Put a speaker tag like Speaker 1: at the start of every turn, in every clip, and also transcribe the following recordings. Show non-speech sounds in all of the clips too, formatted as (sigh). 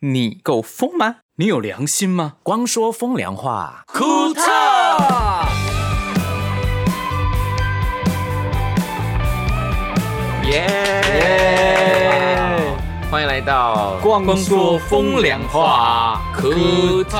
Speaker 1: 你够疯吗？你有良心吗？
Speaker 2: 光说风凉话，
Speaker 1: 库特。
Speaker 3: 耶！欢迎来到
Speaker 1: 光说风凉话，
Speaker 3: 酷
Speaker 1: 特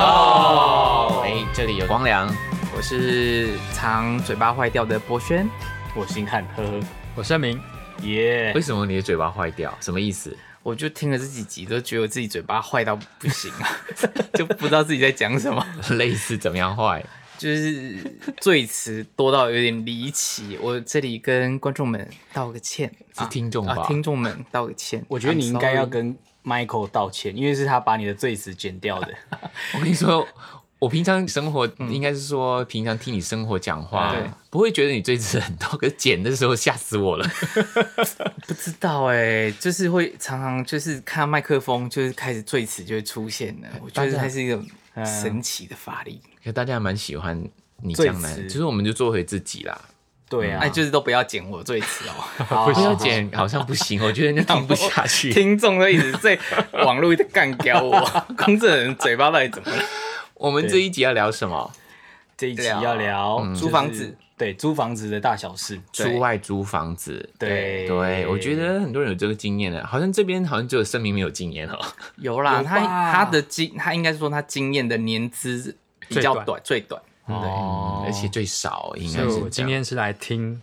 Speaker 3: 哎，这里有光良，
Speaker 4: 我是常嘴巴坏掉的博轩，
Speaker 2: 我心汉，呵呵，
Speaker 5: 我声明，
Speaker 2: 耶、
Speaker 3: 哎为什么你的嘴巴坏掉？什么意思？ (laughs)
Speaker 4: 我就听了这几集，都觉得我自己嘴巴坏到不行啊， (laughs) 就不知道自己在讲什么，
Speaker 3: 类似怎么样坏？
Speaker 4: 就是最词多到有点离奇。我这里跟观众们道个歉，
Speaker 3: 是听众吧
Speaker 4: 啊，听众们道个歉。
Speaker 2: 我觉得你
Speaker 4: I'm
Speaker 2: 应该要
Speaker 4: sorry
Speaker 2: 跟 Michael 道歉，因为是他把你的罪词剪掉的。
Speaker 3: 我跟你说，我平常生活应该是说，平常听你生活讲话
Speaker 4: 对，
Speaker 3: 不会觉得你最词很多，可是剪的时候吓死我了。
Speaker 4: 不知道哎、就是会常常就是看麦克风，就是开始最词就会出现了。我觉得它是一种
Speaker 2: 嗯
Speaker 4: 神奇的法力，
Speaker 3: 可大家还蛮喜欢你这样的，
Speaker 2: 最词
Speaker 3: 就是我们就做回自己啦，
Speaker 2: (laughs) 对啊，
Speaker 4: 哎，就是都不要剪我最词哦。
Speaker 2: (laughs) 好
Speaker 3: 不要剪好像不行，我觉得人家听不下 (laughs) 去。
Speaker 4: 听众都一直在网络一直干
Speaker 2: (laughs)
Speaker 4: 掉我，公证人嘴巴到底怎么了？
Speaker 3: 我们这一集要聊什么？
Speaker 2: 这一集要聊就是
Speaker 4: 租房子，
Speaker 2: 对，租房嗯子的大小事。
Speaker 4: 对
Speaker 3: 出外租房子，
Speaker 2: 对
Speaker 3: 对，我觉得很多人有这个经验的，好像这边好像只有声明没有经验哦。
Speaker 4: 有啦，
Speaker 2: 有吧
Speaker 4: 他他的经，他应该说他经验的年资比较短，最短。
Speaker 3: 哦， (laughs) 而且最少应
Speaker 5: 所
Speaker 3: 该
Speaker 5: 以
Speaker 3: 是
Speaker 5: 我
Speaker 3: 这
Speaker 5: 今
Speaker 3: 样。
Speaker 5: 天是来听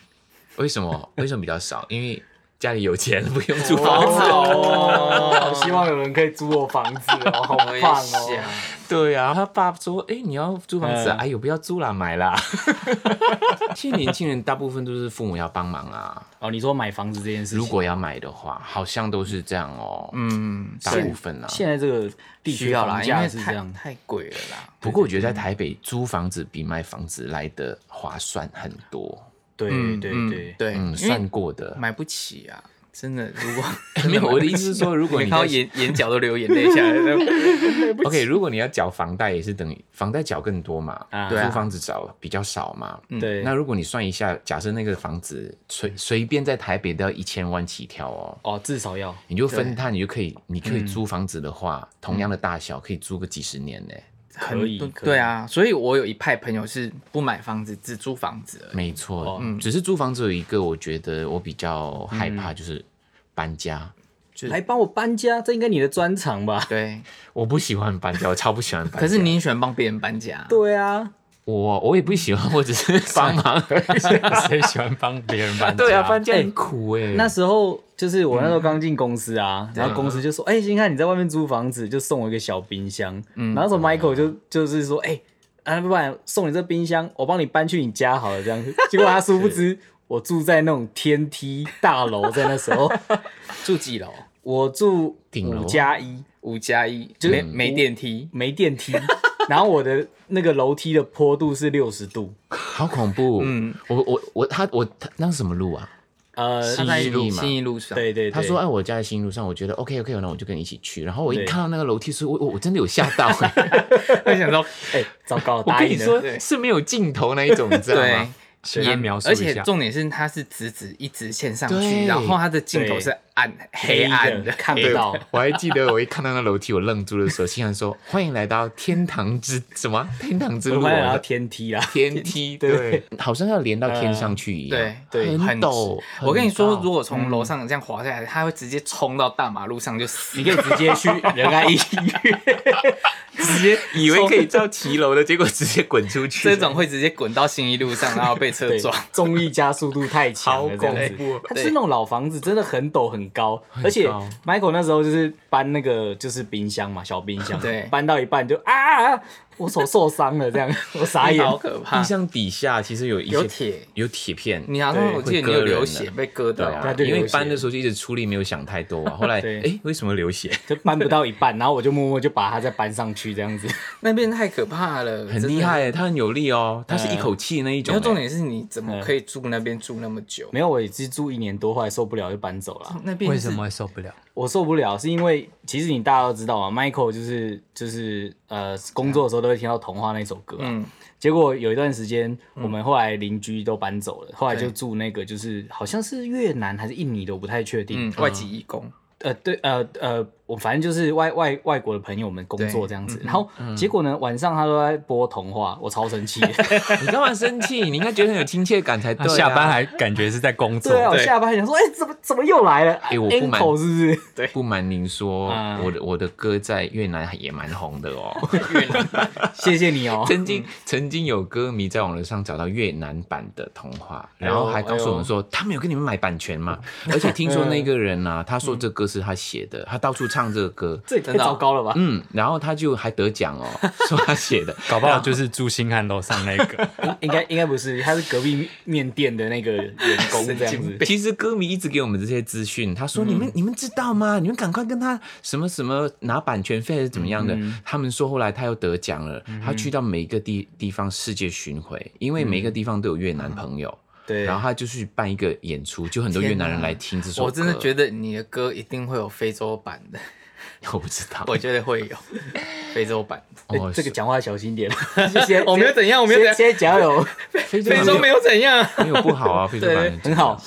Speaker 3: 为什么？为什么比较少？因为家里有钱，不用租房子。
Speaker 2: 哦， (laughs) 希望有人可以租我房子哦，好
Speaker 4: 我也
Speaker 2: 棒哦
Speaker 4: 想！
Speaker 3: (laughs) 对啊，他爸说：“哎、你要租房子、啊？
Speaker 2: 嗯
Speaker 3: 哎呦，不要租啦，买啦。” (laughs) 现在年轻人大部分都是父母要帮忙啊，
Speaker 2: 哦，你说买房子这件事情，
Speaker 3: 如果要买的话，好像都是这样哦。嗯，
Speaker 4: 嗯，
Speaker 3: 大部分啊。
Speaker 2: 现在这个地
Speaker 4: 需
Speaker 2: 区
Speaker 4: 要
Speaker 2: 房
Speaker 4: 啦，因
Speaker 2: 价
Speaker 4: 为
Speaker 2: 是这
Speaker 4: 太
Speaker 2: 样，
Speaker 4: 太贵了啦。
Speaker 3: 不过我觉得在嗯台北租房子比买房子来的划算很多。
Speaker 2: 对
Speaker 4: 嗯
Speaker 2: 对
Speaker 4: 嗯
Speaker 2: 对，
Speaker 4: 对，
Speaker 3: 嗯，
Speaker 4: 因为
Speaker 3: 算过的。
Speaker 4: 买不起啊，真的。
Speaker 3: (laughs)
Speaker 4: 如果
Speaker 3: 没有，我的意思是说，如
Speaker 4: 如
Speaker 3: 果你
Speaker 4: 看到
Speaker 3: 在
Speaker 4: 眼眼角都流眼泪下来， (laughs)
Speaker 3: OK，如果你要缴房贷，也是等于房贷缴更多嘛，
Speaker 2: 啊
Speaker 3: 租
Speaker 4: 对啊
Speaker 3: 房子缴比较少嘛。
Speaker 4: 嗯
Speaker 2: 对
Speaker 3: 那如果你算一下，假设那个房子随随便在台北都要一千万起跳哦，
Speaker 2: 哦，至少要
Speaker 3: 你就分摊，你就可以，你可以租房子的话，同样的大小可以租个几十年呢，
Speaker 2: 可以，可以
Speaker 4: 对，啊，所以我有一派朋友是不买房子，只租房子而已。
Speaker 3: 没错，
Speaker 4: 嗯
Speaker 3: 只是租房子有一个，我觉得我比较害怕就是搬家，
Speaker 2: 来帮我搬家，这应该你的专长吧？
Speaker 4: 对，
Speaker 3: 我不喜欢搬家，我超不喜欢搬家。
Speaker 4: 可是你喜欢帮别人搬家，
Speaker 2: 对啊，
Speaker 3: 我我也不喜欢，我只是帮忙而已。
Speaker 5: 谁喜欢帮别人搬家？
Speaker 3: 对啊，搬家很苦哎。
Speaker 4: 嗯
Speaker 2: 那时候就是我那时候刚进公司啊，然后公司就说：“
Speaker 4: 嗯
Speaker 2: 哎，星汉你在外面租房子，就送我一个小冰箱。”然后那时候 Michael 就就是说：“哎，啊，不然送你这冰箱，我帮你搬去你家好了。”这样子， (laughs) 结果他殊不知我住在那种天梯大楼，在那时
Speaker 4: (laughs)
Speaker 2: 候哎
Speaker 4: 住几楼？
Speaker 2: 我住
Speaker 3: 顶楼
Speaker 2: 五加一，
Speaker 4: 五加一，就没没电梯，
Speaker 2: 没电梯， (laughs) 然后我的那个楼梯的坡度是六十度，
Speaker 3: 好恐怖！嗯，我我我他我他那是什么路啊？
Speaker 2: 呃，
Speaker 3: 是
Speaker 4: 他在
Speaker 3: 信义路嘛
Speaker 4: 信义路上。
Speaker 2: 对对，对
Speaker 3: 他说：“哎，我家在新路上，我觉得 OK OK，那我就跟你一起去。”然后我一
Speaker 2: 对
Speaker 3: 看到那个楼梯时候，我我我真的有吓到，欸
Speaker 4: 我想说，
Speaker 2: 哎，糟糕，
Speaker 3: 我
Speaker 2: 答
Speaker 3: 跟你
Speaker 2: 应
Speaker 3: 说
Speaker 2: 了，
Speaker 4: 对
Speaker 3: 是没有尽头那一种，你知道
Speaker 4: 对
Speaker 3: 吗？，
Speaker 5: 请他描述
Speaker 4: 而
Speaker 5: 一
Speaker 4: 且
Speaker 5: 下。
Speaker 4: 重点是它是直直一直线上
Speaker 3: 对
Speaker 4: 去，然后它的镜头是暗黑暗
Speaker 2: 的
Speaker 4: 的，
Speaker 2: 看不到，
Speaker 3: 我还记得我一看到那楼梯，我愣住的时候，心想说：“欢迎来到天堂之 (laughs) 什么？天堂之
Speaker 2: 我
Speaker 3: 路
Speaker 2: 们要
Speaker 3: 啊
Speaker 2: 天梯啦。
Speaker 3: 天梯，
Speaker 2: 对
Speaker 3: 对，好像要连到天上去一样
Speaker 4: 对，
Speaker 2: 对
Speaker 3: 很陡。
Speaker 4: (laughs) 我跟你说，
Speaker 3: 很高
Speaker 4: 如果从楼上这样滑下来，它会直接冲到大马路上就死
Speaker 2: (laughs) 你。 (laughs) 可以直接去仁爱医院，直接
Speaker 3: 以为可以到骑楼的，结果直接滚出去，
Speaker 4: (laughs) 这种会直接滚到信义路上，然后被车
Speaker 2: 对
Speaker 4: 撞。
Speaker 2: 重力加速度太强了，这样
Speaker 3: 好恐
Speaker 2: 子
Speaker 3: 怖。
Speaker 2: 它就是那种老房子，真的很陡很高，而且 Michael 那时候就是搬那个就是冰箱嘛，小冰箱，
Speaker 4: 对
Speaker 2: 搬到一半就啊，我手受伤了，这样我傻眼。
Speaker 4: 好可
Speaker 3: (laughs)
Speaker 4: 怕
Speaker 3: 地！上底下其实有一些
Speaker 4: 有铁
Speaker 3: 有铁片，
Speaker 4: 你好像
Speaker 2: 对
Speaker 4: 我记得你
Speaker 3: 会割
Speaker 4: 有
Speaker 3: 人
Speaker 4: 流
Speaker 3: 的
Speaker 4: 血被割
Speaker 3: 对
Speaker 4: 到，
Speaker 3: 啊，
Speaker 2: 就
Speaker 3: 因为
Speaker 2: 流血
Speaker 3: 搬的时候就一直出力，没有想太多
Speaker 4: (laughs)
Speaker 3: 啊。后来，
Speaker 2: 对
Speaker 3: 哎，为什么流血？
Speaker 2: 就搬不到一半，然后我就默默就把它再搬上去，这样子。 (laughs)
Speaker 4: 那边太可怕了，
Speaker 3: 很
Speaker 4: 真的
Speaker 3: 厉。害，他很有力哦，他是一口气那一种
Speaker 4: 然后
Speaker 3: 欸。
Speaker 4: 重点是你怎么可以住那边住那么久？哦
Speaker 2: 没有，我也是住一年多，后来受不了就搬走了。
Speaker 4: 那边
Speaker 5: 为
Speaker 4: 是
Speaker 5: 什么会受不了？
Speaker 2: 我受不了是因为，其实你大家都知道嘛，Michael 啊就是就是呃，工作的时候都会听到《童话》那首歌、啊，
Speaker 4: 嗯，
Speaker 2: 结果有一段时间，我们后来邻居都搬走了，后来
Speaker 4: 对
Speaker 2: 就住那
Speaker 4: 嗯
Speaker 2: 个就是好像是越南还是印尼的，我不太确定。
Speaker 4: 嗯，外籍义工，
Speaker 2: 呃，对，呃呃，我反正就是外外外国的朋友们工作
Speaker 4: 对嗯
Speaker 2: 这样子，然后结果呢，晚上他都在播童话，我超生气的。
Speaker 3: 你干嘛生气？你应该觉得很有亲切感才对、
Speaker 5: 他
Speaker 3: 啊。
Speaker 5: 下班还感觉是在工作
Speaker 2: 对，啊，我下班还想说，哎、怎么怎么又来了？
Speaker 3: 哎我不
Speaker 2: Uncle
Speaker 3: 瞒
Speaker 2: 是不
Speaker 3: (laughs)
Speaker 2: 是？对，
Speaker 3: 不瞒您说，
Speaker 2: 啊
Speaker 3: 我的我的歌在越南也蛮红的哦。
Speaker 2: 谢谢你哦。
Speaker 3: 曾经曾经有歌迷在网络上找到越南版的童话，
Speaker 2: 哎呦
Speaker 3: 然后还告诉我们说，他们有跟你们买版权嘛？而且听说那个人呢、啊，他说这歌是他写的，他到处唱这个歌。
Speaker 2: 这也太
Speaker 4: 真的哦
Speaker 2: 糟糕了吧？
Speaker 3: 嗯，然后他就还得奖哦，说他写的。
Speaker 5: 搞不好就是住星汉楼上那个。
Speaker 3: 嗯
Speaker 2: 嗯应该应该不是，他是隔壁面店的那个员工这样子。
Speaker 3: 其实歌迷一直给我们这些资讯，他说：“你们你们知道吗？你们赶快跟他什么什么拿版权费还是怎么样的。他们说后来他又得奖了，他去到每一个地地方世界巡回，因为每一个地方都有越南朋友，
Speaker 2: 对，
Speaker 3: 然后他就去办一个演出，就很多越南人来听这首歌。
Speaker 4: 我真的觉
Speaker 3: 得
Speaker 4: 得你的歌一定会有非洲版的，
Speaker 3: (laughs) 我不知道，
Speaker 4: 我觉得会有非洲版。
Speaker 2: 哎
Speaker 3: 哦
Speaker 2: 这个
Speaker 3: 是
Speaker 2: 讲话小心
Speaker 3: (laughs)
Speaker 2: 点。 (laughs) 谢谢
Speaker 4: 我没有怎样我没有怎样
Speaker 2: 现在 (laughs) 加油，
Speaker 3: 非洲
Speaker 4: 非洲没有怎样，
Speaker 3: 没有不好啊，非洲版的
Speaker 2: 很好。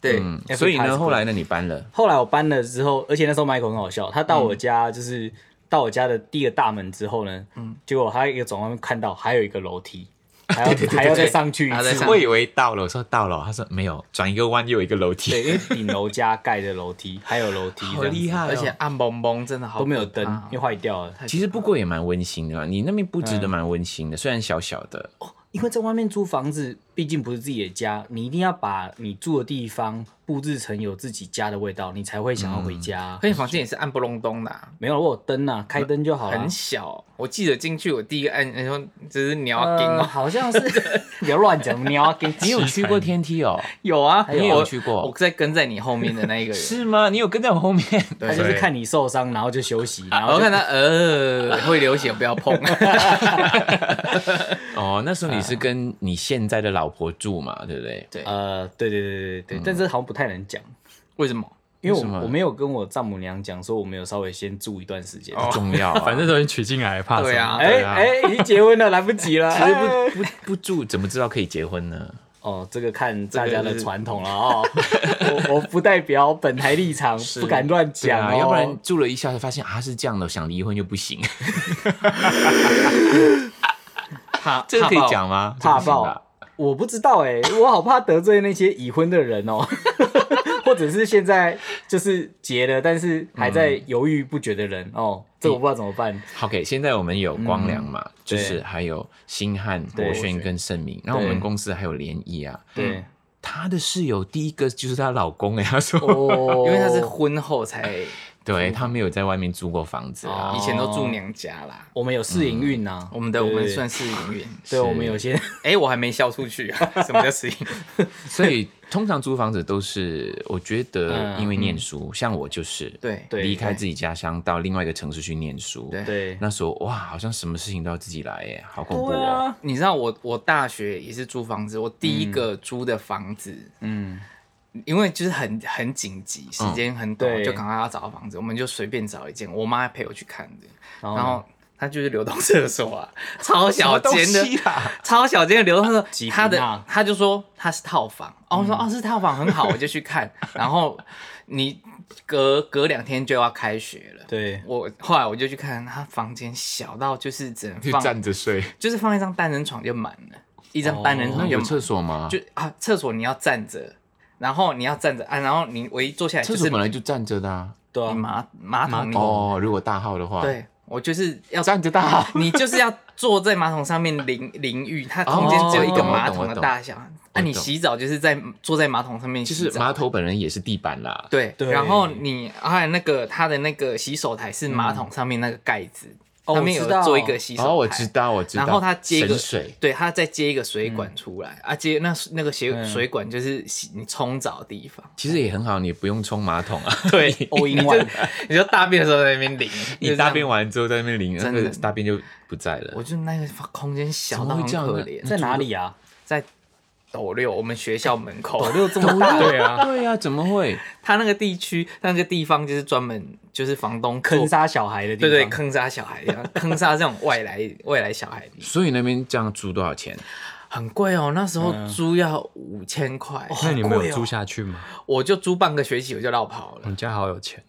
Speaker 4: 对，
Speaker 3: 嗯，
Speaker 2: Every
Speaker 3: 所以
Speaker 2: time is
Speaker 3: 呢，
Speaker 2: good
Speaker 3: 后来呢，你搬了，
Speaker 2: 后来我搬了之后，而且那时候 Michael 很好笑，他到我家就是、
Speaker 3: 嗯
Speaker 2: 到我家的第一个大门之后呢，结果他一个转弯看到还有一个楼
Speaker 3: (laughs)
Speaker 2: 梯，还要还要再上去一
Speaker 4: 还要再
Speaker 2: 次
Speaker 4: 上，
Speaker 3: 我以为到了，我说到了，他说没有，转一个弯又有一个
Speaker 2: 对，
Speaker 3: 楼梯，
Speaker 2: 因为顶楼加盖的楼梯还有楼梯，
Speaker 3: 好厉
Speaker 2: 害，
Speaker 3: 害哦，
Speaker 4: 而且暗蒙蒙真的好
Speaker 2: 都没有灯
Speaker 4: 可怕哦，
Speaker 2: 因为坏掉了。
Speaker 3: 其实不过也蛮温馨的嘛，你那边布置的蛮温馨的，虽然小小的，
Speaker 2: 因为在外面租房子，毕竟不是自己的家，你一定要把你住的地方布置成有自己家的味道，你才会想要回家。
Speaker 3: 嗯
Speaker 4: 可你房间也是暗不隆咚的啊，
Speaker 2: 没有，我有灯啊，开灯就好了
Speaker 4: 很。小。我记得进去我第一个按，你说只是鸟钉
Speaker 2: 呃，
Speaker 4: 哦，
Speaker 2: 好像
Speaker 3: (laughs)
Speaker 2: 是不要乱讲，你要给
Speaker 3: 啊你有去过天梯哦？
Speaker 4: 有啊，
Speaker 3: 你也有
Speaker 4: 我
Speaker 3: 去过
Speaker 4: 我在跟在你后面的那一 (laughs) 个人，
Speaker 3: 是吗？你有跟在我后面？
Speaker 2: 他就是看你受伤，然后就休息，然
Speaker 4: 然
Speaker 2: 后
Speaker 4: 后
Speaker 3: 啊
Speaker 2: 就
Speaker 4: 看他呃会流血，不要 (laughs) 碰。
Speaker 3: (laughs) 哦，那时候你是跟你现在的老婆住嘛，对不对？
Speaker 4: 对
Speaker 2: 呃，对对对对对对，但是好像不太能讲，
Speaker 4: 为什么？
Speaker 2: 因为
Speaker 3: 嗯为什么
Speaker 2: 我我没有跟我丈母娘讲说我们有稍微先住一段时间。
Speaker 3: 不重 (laughs) 要啊，
Speaker 5: (laughs) 反正都已经娶进来，怕什么？
Speaker 4: 对啊，
Speaker 2: 哎哎，已经结婚了，来不及了。
Speaker 3: 其实
Speaker 2: 哎
Speaker 3: 不不不住，怎么知道可以结婚呢？
Speaker 2: 哦，这个看大家的传统了
Speaker 4: (laughs)
Speaker 2: 哦。我我不代表本台立场，不敢乱
Speaker 3: 对
Speaker 2: 讲
Speaker 3: 啊，
Speaker 2: 哦。
Speaker 3: 要不然住了一下才发现啊是这样的，想离婚又不行，
Speaker 4: (laughs) 怕
Speaker 3: (laughs) 这个可以
Speaker 4: 怕爆
Speaker 3: 讲吗？
Speaker 2: 怕
Speaker 3: 这不行吧
Speaker 2: 爆。我不知道哎、我好怕得罪那些已婚的人哦， (laughs) 或者是现在就是结了，但是还
Speaker 4: 嗯
Speaker 2: 在犹豫不决的人、哦，这我不知道怎么办。
Speaker 3: OK，现在我们有光良嘛，就是
Speaker 2: 对
Speaker 3: 还有星汉、
Speaker 2: 对
Speaker 3: 博轩跟盛明，然后我们公司还有联谊啊。
Speaker 2: 对，
Speaker 3: 她的室友第一个就是她老公哎、欸，她说，
Speaker 2: 哦
Speaker 4: (laughs) 因为他是婚后才，嗯
Speaker 3: 对她没有在外面租过房子啊。
Speaker 2: 哦
Speaker 4: 以前都住娘家啦。
Speaker 2: 我们有试营运呐，
Speaker 4: 嗯我们的我
Speaker 2: 对
Speaker 4: 们算是演员，
Speaker 2: 对，我们有
Speaker 4: (laughs)
Speaker 2: 些
Speaker 4: 哎，我还没笑出去 (laughs) 啊！什么叫适应？
Speaker 3: (laughs) 所以通常租房子都是，我觉得
Speaker 2: 嗯
Speaker 3: 因为念书，像我就是
Speaker 4: 对
Speaker 2: 对
Speaker 3: 离开自己家乡到另外一个城市去念书，
Speaker 4: 对
Speaker 2: 对
Speaker 3: 那时候哇，好像什么事情都要自己来哎，好恐怖
Speaker 2: 对
Speaker 3: 哦。
Speaker 2: 啊，
Speaker 4: 你知道我我大学也是租房子，我第一个租的房子，
Speaker 2: 嗯，
Speaker 4: 因为就是很很紧急，时间很短，
Speaker 2: 嗯对
Speaker 4: 就赶快要找到房子，我们就随便找一间，我妈还陪我去看的，
Speaker 2: 然
Speaker 4: 然
Speaker 2: 后呢
Speaker 4: 后它就是流动厕所啊，超小间
Speaker 3: 什么东西
Speaker 4: 的，超小间的流动厕
Speaker 2: 啊几
Speaker 4: 所，
Speaker 2: 平啊
Speaker 4: 他的他就说他是套房，哦，
Speaker 2: (laughs)
Speaker 4: 我说哦是套房很好，我就去看，然后你隔隔两天就要开学了。
Speaker 2: 对，
Speaker 4: 我后来我就去看他房间小到就是只能放，
Speaker 3: 着睡，
Speaker 4: 就是放一张单人床就满了，一张单人
Speaker 3: 哦那
Speaker 4: 床就
Speaker 3: 有
Speaker 4: 满
Speaker 3: 厕所吗？
Speaker 4: 就啊，厕所你要站着，然后你要站着啊，然后你我一坐下来就
Speaker 3: 厕
Speaker 4: 是
Speaker 3: 所本来就站着的啊。
Speaker 2: 对
Speaker 4: 你
Speaker 2: 啊，
Speaker 4: 马马桶你，
Speaker 3: 哦，如果大号的话，，
Speaker 4: 对我就是要
Speaker 3: 站着大啊号。
Speaker 4: (laughs) 你就是要坐在马桶上面淋淋浴，它空间只有一个马桶的大小。那、你洗澡就是在坐在马桶上面
Speaker 3: 其
Speaker 4: 洗
Speaker 3: 实
Speaker 4: 澡，
Speaker 3: 码头本人也是地板啦，
Speaker 4: 对，
Speaker 2: 对
Speaker 4: 然后你还有那个它的那个洗手台是马桶上面那个盖子，
Speaker 2: 哦
Speaker 4: 上面有
Speaker 2: 我知道
Speaker 4: 做一个洗手台，
Speaker 3: 哦，我知道，我知道。
Speaker 4: 然后它接一个
Speaker 3: 省水，
Speaker 4: 对，它再接一个水管出来、啊，接那那个水水管就是洗你冲澡的地方，
Speaker 3: 其实也很好，你不用冲马桶啊。
Speaker 4: 对，
Speaker 2: all in one
Speaker 4: (laughs) 你就大便的时候在那边
Speaker 3: (laughs)
Speaker 4: 淋，
Speaker 3: 你大便，完之后在那边淋，那
Speaker 4: 真
Speaker 3: 个
Speaker 4: 的
Speaker 3: 大便就不在了
Speaker 4: 我。就那个空间小
Speaker 3: 怎么
Speaker 4: 到很
Speaker 3: 会这样呢
Speaker 4: 可怜，
Speaker 2: 在哪里啊？
Speaker 4: 在斗六，我们学校门口，
Speaker 2: 斗六这么大，
Speaker 5: 对啊，
Speaker 3: 对
Speaker 4: (laughs)
Speaker 3: 呀、怎么会？
Speaker 4: 他那个地区那个地方就是专门就是房东做
Speaker 2: 坑，杀小孩的地
Speaker 4: 对
Speaker 2: 方，
Speaker 4: 对，坑杀小孩，坑杀这种外来外来小孩，
Speaker 3: 所以那边这样租多少钱？
Speaker 4: 很贵哦，那时候租要五千块，
Speaker 5: 哦
Speaker 4: 哦
Speaker 5: 那你们有租下去吗？
Speaker 4: 我就租半个学期我就绕跑
Speaker 5: 我
Speaker 4: 了，
Speaker 5: 们家好有钱，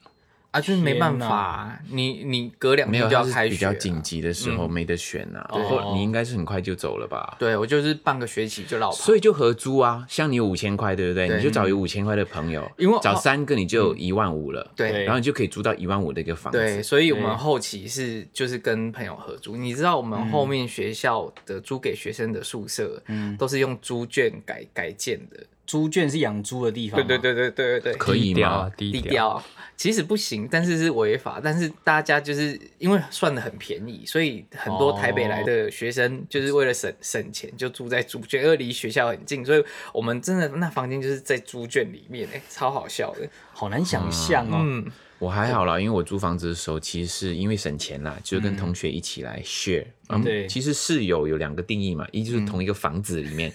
Speaker 4: 啊，就是没办
Speaker 2: 天
Speaker 4: 法
Speaker 2: 哪
Speaker 4: 啊，你你隔两
Speaker 3: 没
Speaker 4: 天
Speaker 3: 有，
Speaker 4: 就要
Speaker 3: 它是
Speaker 4: 开学，啊嗯
Speaker 3: 比较紧。急的时候没得选呐、啊，
Speaker 4: 哦
Speaker 3: 或你应该是很快就走了吧？
Speaker 4: 对我就是半个学期就落跑，
Speaker 3: 所以就合租啊，像你有五千块，对不对？
Speaker 4: 对
Speaker 3: 你就找有五千块的朋友，
Speaker 4: 因为哦嗯
Speaker 3: 找三个你就有一万五了，
Speaker 4: 对
Speaker 3: 然后你就可以租到一万五的一个房
Speaker 4: 对，
Speaker 3: 子。
Speaker 4: 所以我
Speaker 2: 对
Speaker 4: 们后期是就是跟朋友合租。你知道我们后面学校的租给学生的宿舍，都是用猪圈改改建的。
Speaker 2: 猪圈是养猪的地方
Speaker 4: 对
Speaker 2: 嘛，
Speaker 4: 对对对对对对，
Speaker 3: 可以
Speaker 5: 低调啊
Speaker 3: 吗？
Speaker 5: 低
Speaker 4: 低
Speaker 5: 调，
Speaker 4: 调其实不行，但是是违法。但是大家就是因为算的很便宜，所以很多台北来的学生就是为了省省钱，就住在猪圈，因为离学校很近，所以我们真的那房间就是在猪圈里面，哎，超好笑的。
Speaker 2: 好难想象哦。
Speaker 4: 嗯，
Speaker 3: 我还好啦，因为我租房子的时候，其实是因为省钱啦，就是跟同学一起来 share。嗯，
Speaker 2: 对嗯
Speaker 3: 其实室友有两个定义嘛，一就是同一个房子里
Speaker 2: (laughs)
Speaker 3: 面，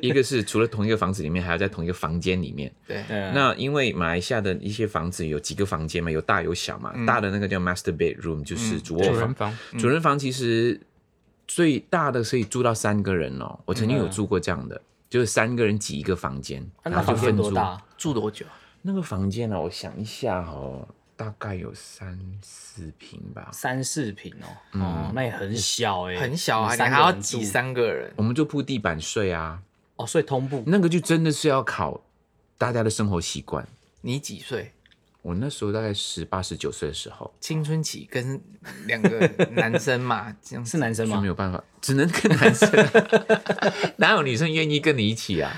Speaker 3: 一个是除了同一个房子里面，还要在同一个房间里面。
Speaker 4: 对，
Speaker 2: 嗯
Speaker 3: 那因为马来西亚的一些房子有几个房间嘛，有大有小嘛，
Speaker 2: 嗯
Speaker 3: 大的那个叫 master bedroom，就是主卧
Speaker 5: 主
Speaker 3: 房
Speaker 5: 人，房
Speaker 3: 主人房其实最大的可以住到三个人哦，我曾经有住过这样的，就是三个人挤一个房间，
Speaker 2: 嗯啊
Speaker 3: 然
Speaker 2: 那
Speaker 3: 后
Speaker 2: 房
Speaker 3: 就
Speaker 2: 间
Speaker 3: 分
Speaker 2: 多
Speaker 3: 租。
Speaker 2: 大？
Speaker 4: 住多久？啊
Speaker 3: 那个房间啊呢、我想一下哦，大概有三四平吧。
Speaker 2: 三四平哦，哦，那也很小哎，
Speaker 4: 很小
Speaker 2: 你
Speaker 4: 啊，你
Speaker 2: 三个
Speaker 4: 还要
Speaker 2: 人住
Speaker 4: 挤三个人。
Speaker 3: 我们就铺地板睡啊，
Speaker 2: 哦，所以通铺
Speaker 3: 那个就真的是要考大家的生活习惯。
Speaker 4: 你几岁？
Speaker 3: 我那时候大概十八十九岁的时候，
Speaker 4: 青春期跟
Speaker 2: (laughs)
Speaker 4: 两个男生嘛，这样
Speaker 2: 是
Speaker 4: 子
Speaker 2: 男生
Speaker 3: 就
Speaker 2: 吗
Speaker 3: 没？有办法，只能跟男生，哪有女生愿意跟你一起啊？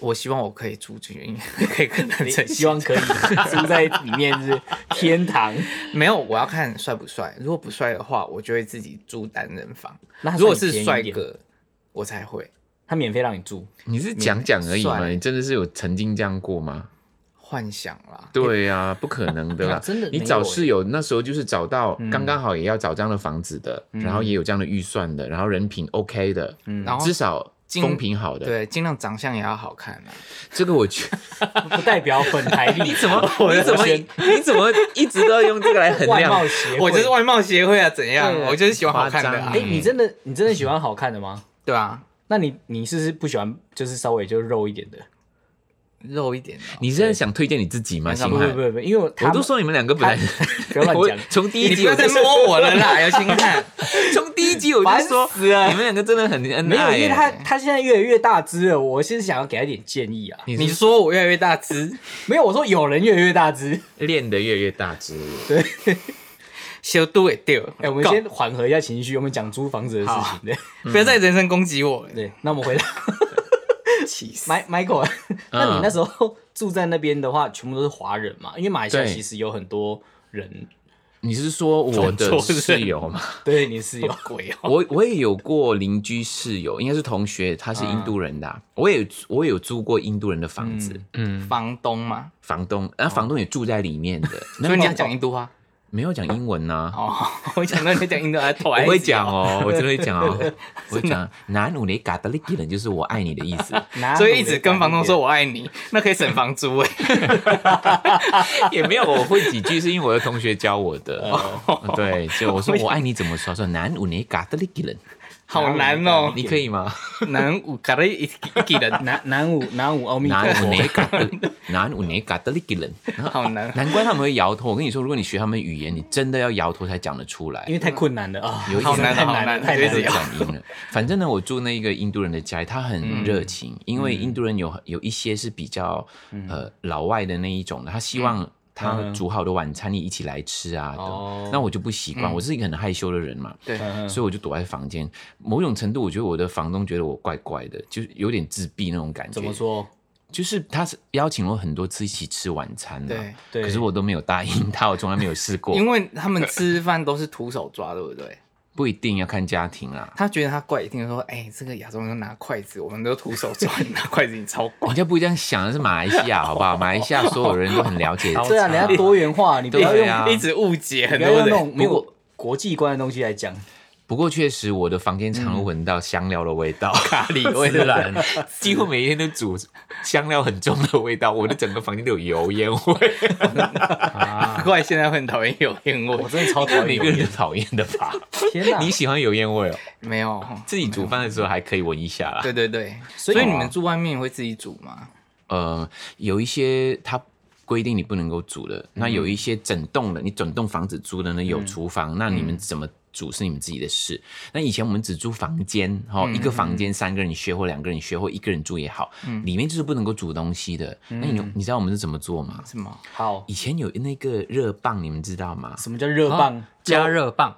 Speaker 4: 我希望我可以住进去，可以跟男生一
Speaker 2: (laughs)
Speaker 4: 起。
Speaker 2: 希望可以住在里面是天堂。
Speaker 4: 没有，我要看帅不帅。如果不帅的话，我就会自己住单人房。
Speaker 2: 那他
Speaker 4: 如果
Speaker 2: 算你
Speaker 4: 是
Speaker 2: 便
Speaker 4: 帅
Speaker 2: 宜一点，
Speaker 4: 哥，我才会
Speaker 2: 他免费让你住，
Speaker 3: 你是讲讲而已嘛，
Speaker 4: 帅
Speaker 3: 你真的是有曾经这样过吗？
Speaker 4: 幻想啦。
Speaker 3: 对呀、不可能的啦！
Speaker 2: 哎真的
Speaker 3: 你
Speaker 2: 没
Speaker 3: 找
Speaker 2: 有欸嗯
Speaker 3: 室友那时候就是找到刚刚好也要找这样的房子的，然后也有这样的预算的，然后人品 OK 的，
Speaker 2: 嗯
Speaker 4: 然后
Speaker 3: 至少
Speaker 4: 经
Speaker 3: 风评好的。
Speaker 4: 对，尽量长相也要好看啊。
Speaker 3: 这个我
Speaker 2: (laughs)
Speaker 3: 觉，
Speaker 2: 不代表本台立场。你怎 (laughs) 么？
Speaker 3: 你怎么你怎么一直都要用这个来
Speaker 2: (laughs)
Speaker 3: 衡
Speaker 2: 外
Speaker 3: 量
Speaker 2: 貌？协会？
Speaker 4: 我就是外貌协会啊，怎样？
Speaker 2: 对
Speaker 4: 我就是喜欢好看的、
Speaker 3: 夸
Speaker 4: 啊
Speaker 2: 哎，
Speaker 3: 张，
Speaker 2: 你真的你真的喜欢好看的吗？
Speaker 4: 对啊，
Speaker 2: 那你你是不是不喜欢就是稍微就肉一点的？
Speaker 4: 肉一点的、啊
Speaker 3: 你是在想推荐你自己吗？
Speaker 4: 那
Speaker 3: 星
Speaker 4: 干
Speaker 2: 不
Speaker 4: 嘛
Speaker 2: 不
Speaker 3: 汉，
Speaker 2: 不不，因为他
Speaker 3: 我
Speaker 2: 们
Speaker 3: 都说你们两个本来，
Speaker 2: (laughs) 不要
Speaker 3: 我
Speaker 2: 乱讲。
Speaker 3: 从第一
Speaker 4: 你不
Speaker 3: 集
Speaker 4: 要
Speaker 3: 我
Speaker 4: 再
Speaker 3: 就
Speaker 4: 摸我了
Speaker 2: (laughs)
Speaker 4: 啦，尤星汉。
Speaker 3: 从第一集我
Speaker 2: 烦
Speaker 3: 就说，
Speaker 2: 死
Speaker 3: 你
Speaker 2: 了
Speaker 3: 们两个真的很恩
Speaker 2: 没有，
Speaker 3: 爱欸
Speaker 2: 因为
Speaker 3: 耶。
Speaker 2: 他他现在越来越大只了，我是想要给他一点建议啊。
Speaker 4: 你说我越来越大只，
Speaker 2: 没有，我说有人越来越大只。
Speaker 3: 练得越来越大只，
Speaker 4: 小肚也掉。
Speaker 2: 哎、我们先缓和一下情绪，我们讲租房子的事情。对
Speaker 4: 不要再人身攻击我了，
Speaker 2: 对，那我们回来
Speaker 4: 气死！
Speaker 2: ，My Michael，那你那时候住在那边的话，全部都是华人嘛？因为马来西亚
Speaker 3: 对
Speaker 2: 其实有很多人，
Speaker 3: 你是说我
Speaker 2: (laughs)
Speaker 3: 的
Speaker 4: 转错人
Speaker 3: 室友吗？
Speaker 2: 对你是有鬼哦、
Speaker 3: (laughs) 我我也有过邻居室友，应该是同学，他是印度人
Speaker 4: 嗯
Speaker 3: 的啊、我也我也有租过印度人的房子，
Speaker 4: 房东嘛，
Speaker 3: 房东，然后房东也住在里面的。
Speaker 4: (laughs)
Speaker 3: 那
Speaker 4: 哦所以你要
Speaker 3: 么
Speaker 4: 讲印度话
Speaker 3: 没有讲英文呐、
Speaker 4: 哦。 (laughs) 我想到你讲印度话，头还
Speaker 3: 我
Speaker 4: 一
Speaker 3: 会
Speaker 4: 直
Speaker 3: 讲哦，我真的会讲
Speaker 4: (laughs)
Speaker 3: 哦，我会讲南努雷嘎德利基人就是我爱你的意思，
Speaker 4: (laughs)
Speaker 2: 哪有
Speaker 4: 啊所以一直
Speaker 2: 人
Speaker 4: 跟
Speaker 2: 敢
Speaker 4: 房东说我爱你，那可以省房租哎。
Speaker 3: 也没有我会几句是因为我的同学教我的，
Speaker 4: 哦
Speaker 3: 对，就我说我爱你怎么说，说南努雷嘎德利基人，
Speaker 4: 好
Speaker 3: (laughs)
Speaker 4: 难哦，
Speaker 3: 你可以吗？
Speaker 4: 难五嘎的一一人，
Speaker 2: (laughs) 南南武南哦武阿弥陀
Speaker 3: 南努
Speaker 4: (laughs)
Speaker 2: 佛，
Speaker 3: 雷嘎德南努雷嘎德利基人，(laughs)
Speaker 4: 好
Speaker 2: (laughs)
Speaker 4: 难。
Speaker 3: 难怪他们会摇头。我跟你说，如果你学他们语言，你真的要摇头才讲得出来
Speaker 2: 因。为太困难了啊，
Speaker 3: 有一
Speaker 4: 好
Speaker 3: 点
Speaker 4: 难
Speaker 2: 太
Speaker 4: 好
Speaker 2: 难了，
Speaker 4: 难
Speaker 2: 太
Speaker 4: 就
Speaker 2: 难
Speaker 4: 一直
Speaker 3: 是
Speaker 2: 了。
Speaker 3: 转音了。反正呢，我住那一个印度人的家里，他很热情，因为印度人
Speaker 2: 嗯
Speaker 3: 有有一些是比较呃老外的那一种的，他希望他煮好的晚餐你一起来吃啊
Speaker 2: 嗯哦嗯
Speaker 3: 的。那我就不习惯，我是一个很害羞的人嘛，
Speaker 4: 对，
Speaker 3: 所以我就躲在房间。某种程度，我觉得我的房东觉得我怪怪的，就是有点自闭那种感觉。
Speaker 2: 怎么？说？
Speaker 3: 就是他是邀请了很多次一起吃晚餐嘛
Speaker 4: 对，
Speaker 2: 对
Speaker 3: 可是我都没有答应他，我从来没有
Speaker 2: (laughs)
Speaker 3: 试过。
Speaker 4: 因为他们吃饭都是徒手抓，对不对？
Speaker 3: 不一定要看家庭啊啦。
Speaker 4: 他觉得他怪，一定说，哎，这个亚洲人都拿筷子，我们都徒手抓，你拿筷子你超怪。
Speaker 3: 人家不这样想，是马来西
Speaker 2: (laughs)
Speaker 3: 亚，好不好？马来西亚所有人都很了解。
Speaker 2: 对啊，人家多元化，你不要用
Speaker 3: (laughs) 对啊
Speaker 4: 一直误解很
Speaker 2: 不
Speaker 4: 多
Speaker 2: 要用那
Speaker 4: 人，
Speaker 2: 种没有国际观的东西来讲。
Speaker 3: 不过确实，我的房间常常闻到香料的味道，
Speaker 2: 嗯
Speaker 4: 咖喱味
Speaker 2: (laughs)
Speaker 3: 自然，几乎每天都煮香料很重的味道，我的整个房间都有油烟味，
Speaker 5: 啊，
Speaker 4: 怪现在会很讨厌有烟味
Speaker 2: 我。真的 (laughs) 超讨厌
Speaker 3: 每
Speaker 2: 油
Speaker 3: 个人
Speaker 2: 烟
Speaker 3: 都讨厌的
Speaker 2: (laughs)
Speaker 3: 吧？
Speaker 2: 天哪！
Speaker 3: 你喜欢油烟味哦？
Speaker 4: 没有，
Speaker 3: 自己煮饭的时候还可以闻一下啦。
Speaker 4: 对对对，所以你们住外面会自己煮吗？
Speaker 3: 呃，有一些他规定你不能够煮的。那
Speaker 5: 嗯
Speaker 3: 有一些整栋的，你整栋房子租的呢有厨房，那你
Speaker 5: 嗯
Speaker 3: 们怎么煮是你们自己的事。那以前我们只租房间，
Speaker 5: 嗯
Speaker 3: 哦，一个房间三个人学或两个人学或一个人住也好，
Speaker 5: 嗯
Speaker 3: 里面就是不能够煮东西的。那你你知道我们是怎么做吗？
Speaker 4: 什么
Speaker 2: 好，
Speaker 3: 以前有那个热棒，你们知道吗？
Speaker 2: 什么叫热棒？
Speaker 3: 啊
Speaker 5: 加热棒，